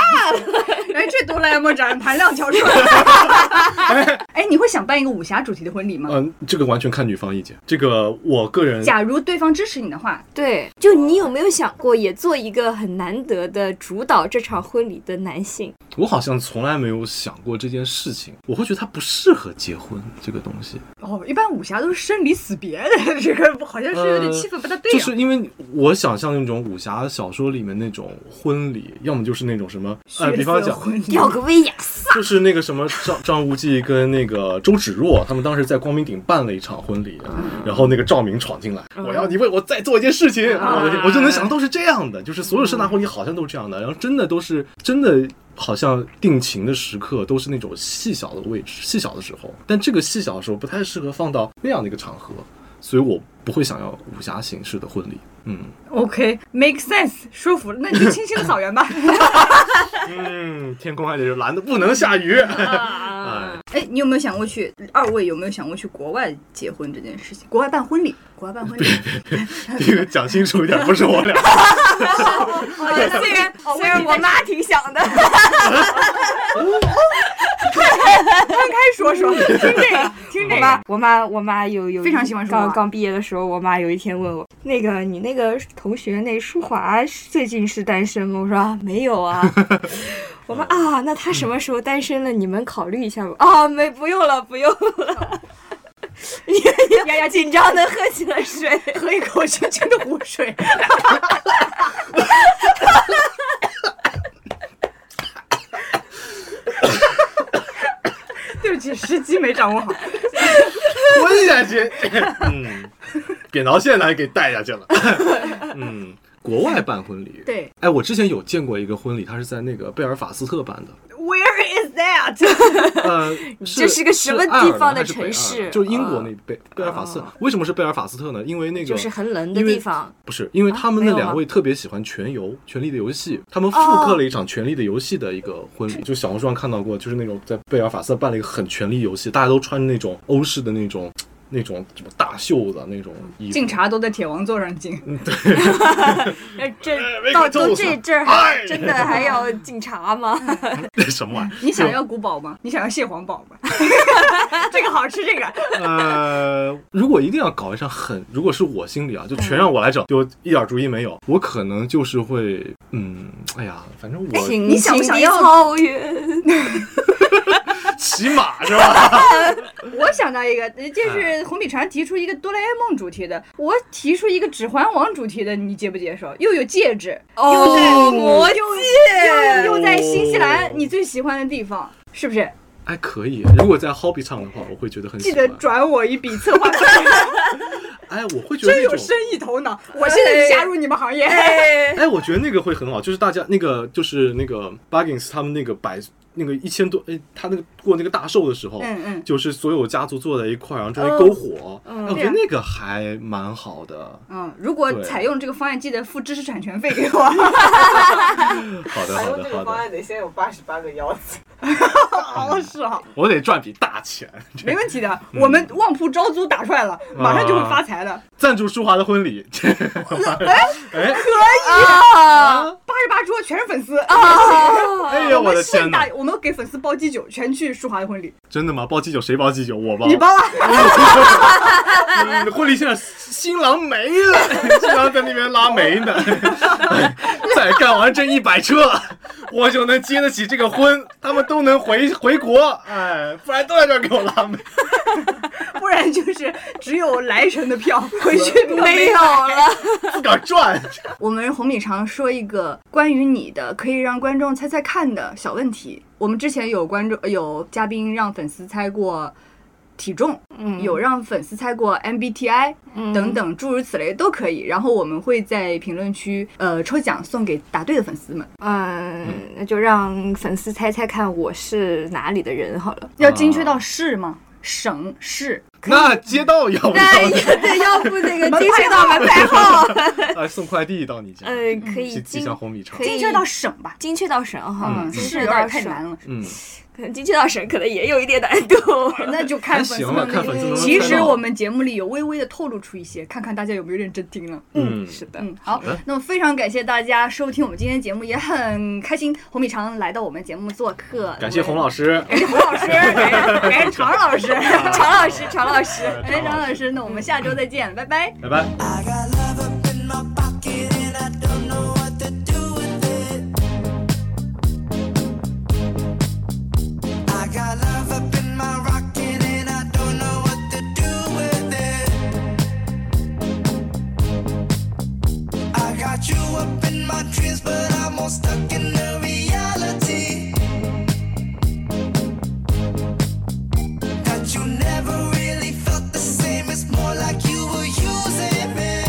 哎，这哆啦 A 梦长得盘量条出来了。 哎，你会想办一个武侠主题的婚礼吗？
嗯，这个完全看女方意见，这个我个人
假如对方支持你的话，
对，就你有没有想过，也做一个很难得的主导这场婚礼的男性？
我好像从来没有想过这件事情，我会觉得他不适合结婚这个东西，
哦，一般武侠都是生离死别的，这个好像是有点气氛不太对、啊
呃就是因为我想象那种武侠小说里面那种婚礼，要么就是那种什么，呃，比方
血色
讲，
婚礼
吊个威亚斯，
就是那个什么张张无忌跟那个周芷若，他们当时在光明顶办了一场婚礼，然后那个赵明闯进来，我要你为我再做一件事情，我的天，我就能想到都是这样的，就是所有盛大婚礼好像都是这样的，然后真的都是真的。好像定情的时刻都是那种细小的位置、细小的时候，但这个细小的时候不太适合放到那样的一个场合，所以我不会想要武侠形式的婚礼。嗯
OK，make、sense，说服了，那你就清新的草原 吧。
嗯，天空还得是蓝的，不能下雨。哎，
哎，你有没有想过去？二位有没有想过去国外结婚这件事情？国外办婚礼，国外办婚礼。
哎这个讲清楚一点，不是我俩。
啊虽然虽然 我妈挺想的，
该说说，听这个，听
我
这
妈
个。
我妈我妈有有
非常喜欢说话
刚刚毕业的时候，我妈有一天问我，那个你那个同学那舒华最近是单身吗？我说、啊、没 有啊。我妈啊，那她什
嗯
么时候单身了？你们考虑一下吧。啊，没不用了，不用了。呀呀，紧张的喝起了水。
喝一口清清的湖 水，对不起，时机没掌握好。
吞下去。 嗯，扁桃腺还给带下去 了。嗯，国外办婚礼，
对
哎，我之前有见过一个婚礼，它是在那个贝尔法斯特办 的。
，Where is that？
呃，
这是个什么地方的城市嗯哦
是爱尔兰还是北爱尔兰就是英国那贝贝尔法斯特。为什么是贝尔法斯特呢？因为那个
就是很冷的
因为
地方。
不是，因为他们那
啊没有吗哦
两位特别喜欢全游《权力的游戏》，他们复刻了一场《权力的游戏》的一个婚礼。就小红书上看到过，就是那种在贝尔法斯特办了一个很《权力游戏》，大家都穿着那种欧式的那种。那种什么大袖子那种衣服，
敬茶都在铁王座上敬。
呃这
哎没
到
给揍
都
死
这阵儿
哎
还真的还要警察吗？
什么玩意儿？
你想要古堡吗？你想要蟹黄堡 吗？这个好吃，这个。
呃，如果一定要搞一场很，如果是我心里啊，就全让我来整，就一点主意没有，我可能就是会，嗯，哎呀，反正我
你想不想要
草原？
骑马是吧？
我想到一个，呃就是红笔船提出一个哆啦 A 梦主题的，我提出一个指环王主题的，你接不接受？又有戒指，又在
哦，魔戒。
又又在新西兰你最喜欢的地方，是不是？
哎，可以。如果在 Hobby 唱的话，我会觉得很
记
喜
得
欢。
转我一笔策 划费，
哎，我会觉得
真
那
有
种。
生意头脑。我现在就加入你们行业，
哎，我觉得那个会很好，就是大家那个就是那个 Buggins 他们那个摆那个一千多，哎，他那个过那个大寿的时候，
嗯嗯
就是所有家族坐在一块儿，然后中间篝火，
嗯
哎我觉得那个还蛮好的。
嗯，如果
对
采用这个方案，记得付知识产权费给我。
好的，
采
好
用
的，
这
好
个方
的，
案得先有八十八个腰子，
哦，是啊，
我得赚笔大钱。
没问题的，我们旺铺招租打出来了，马上就会发财的。
赞助舒华的婚礼，哎，
八十八桌全是粉丝
哎呀，
我
我的
们
天
盛
哪
大！，我们给粉丝包鸡酒，全去舒华的婚礼。
真的吗？包鸡酒谁包鸡酒？我包。
你包啊？
嗯婚礼现场新郎没了，新郎在那边拉煤呢。 再干完这一百车，我就能接得起这个婚，他们都能回回国。哎，不然都在这儿给我拉煤。
不然就是只有来程的票，回去
没有了，
自个儿赚。
我们红米肠说一个关于你的，可以让观众猜猜看的小问题。我们之前有观众呃有嘉宾让粉丝猜过体重，
嗯
有让粉丝猜过 MBTI 等等诸如此类都可以。然后我们会在评论区呃抽奖送给答对的粉丝们。
嗯，那就让粉丝猜猜看我是哪里的人好了。
要精确到市吗？省市
那街道要不
那
要？
也得哎要不那个精确到门牌 号，
哎，送快递到你家，
呃，可以
寄寄
精
箱红米肠
可。以
精确到省吧。
精确到省哈，
嗯，
精
市
确
有
到
点太
省，
难 了。
嗯，
可能精确到省可能也有一点难度。
那就看粉丝
行了，
们
看
的。
粉丝能不能
其
猜
实
到
我们节目里有微微的透露出一些，看看大家有没有认真听了。
嗯
是的，嗯，好，那么非常感谢大家收听我们今天的节目，也很开心红米肠来到我们节目做客，
感谢洪老
师，
师，
感谢洪老师，感谢感谢常老 师，
啊
常老师，常老师。
感谢哎常老师，那我们下周再见，拜拜。
拜拜。
I got love up in my pocket and I don't know what to do with it. I got love up in my rocket and I don't know what to do with it. I got you up in my dreams, but I'm all stuck in the reality. that you never really felt the same. It's more like you were using me.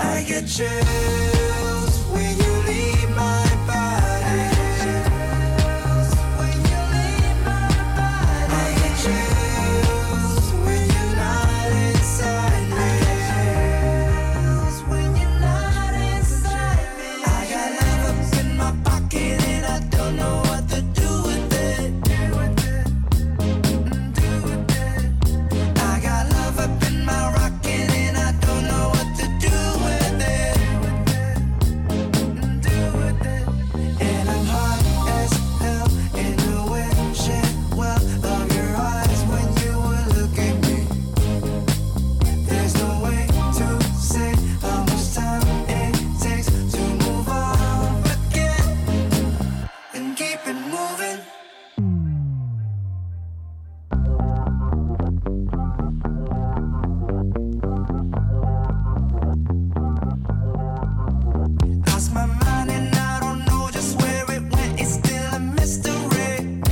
I get chills when you leave my body. When you leave my body. I get chills when you're not inside me. When you're not inside me. I got love up in my pocket and I don't know what to do with it. Do with it. I got love up in my rocket and I don't know what to do with it. Do with it. And I'm hot as hell in the wind well of your eyes when you were looking me. There's no way to say how much time it takes to move on again and keep it moving. Lost my mind and I don't know just where it went. It's still a mystery.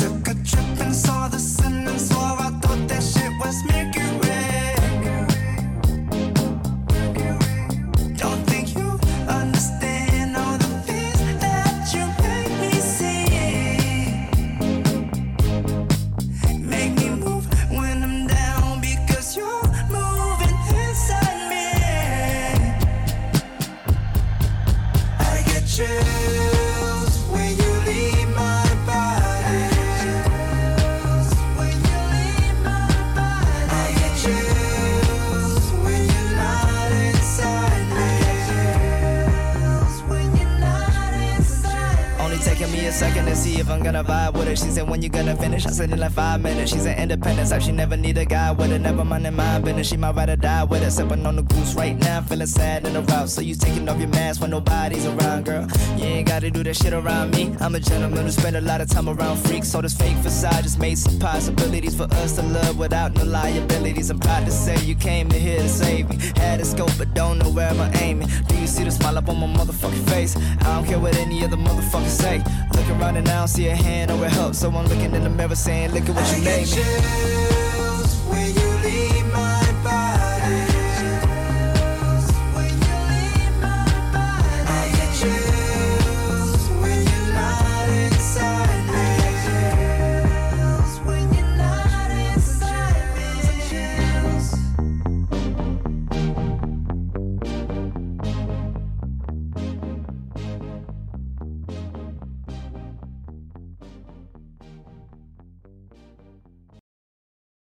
Took a trip and saw the sun and swore I thought that shit was Mercury. Don't think you understand all the things that you make me see. Make me move when I'm down because you're moving inside me. I get chills when you leave my body. When you leave my body. I get chills when you're not inside me. When you're not inside me.
Only taking me a second to see if I'm gonna vibe with her. She said, When you gonna finish? I said, In like five minutes. She's an independent type, she never need a guy with her. Never mind in my business, she might rather die with her. Sipping on the goose right now, feeling sad in the route. So you taking off your mask when nobody's around, girl. You ain't gotta do that shit around me. I'm a gentleman who spend a lot of time around freaks. So this fake facade just made some possibilities for us to love without no liabilities. I'm proud to say you came in here to save me. Had a scope, but don't know where I'm aiming. Do you see the smile up on my motherfucking face? I don't care what any other motherfucker say. Look around and I don't see a hand or a help. So I'm looking in the mirror saying, Look at what
I
you
get
made me.
chills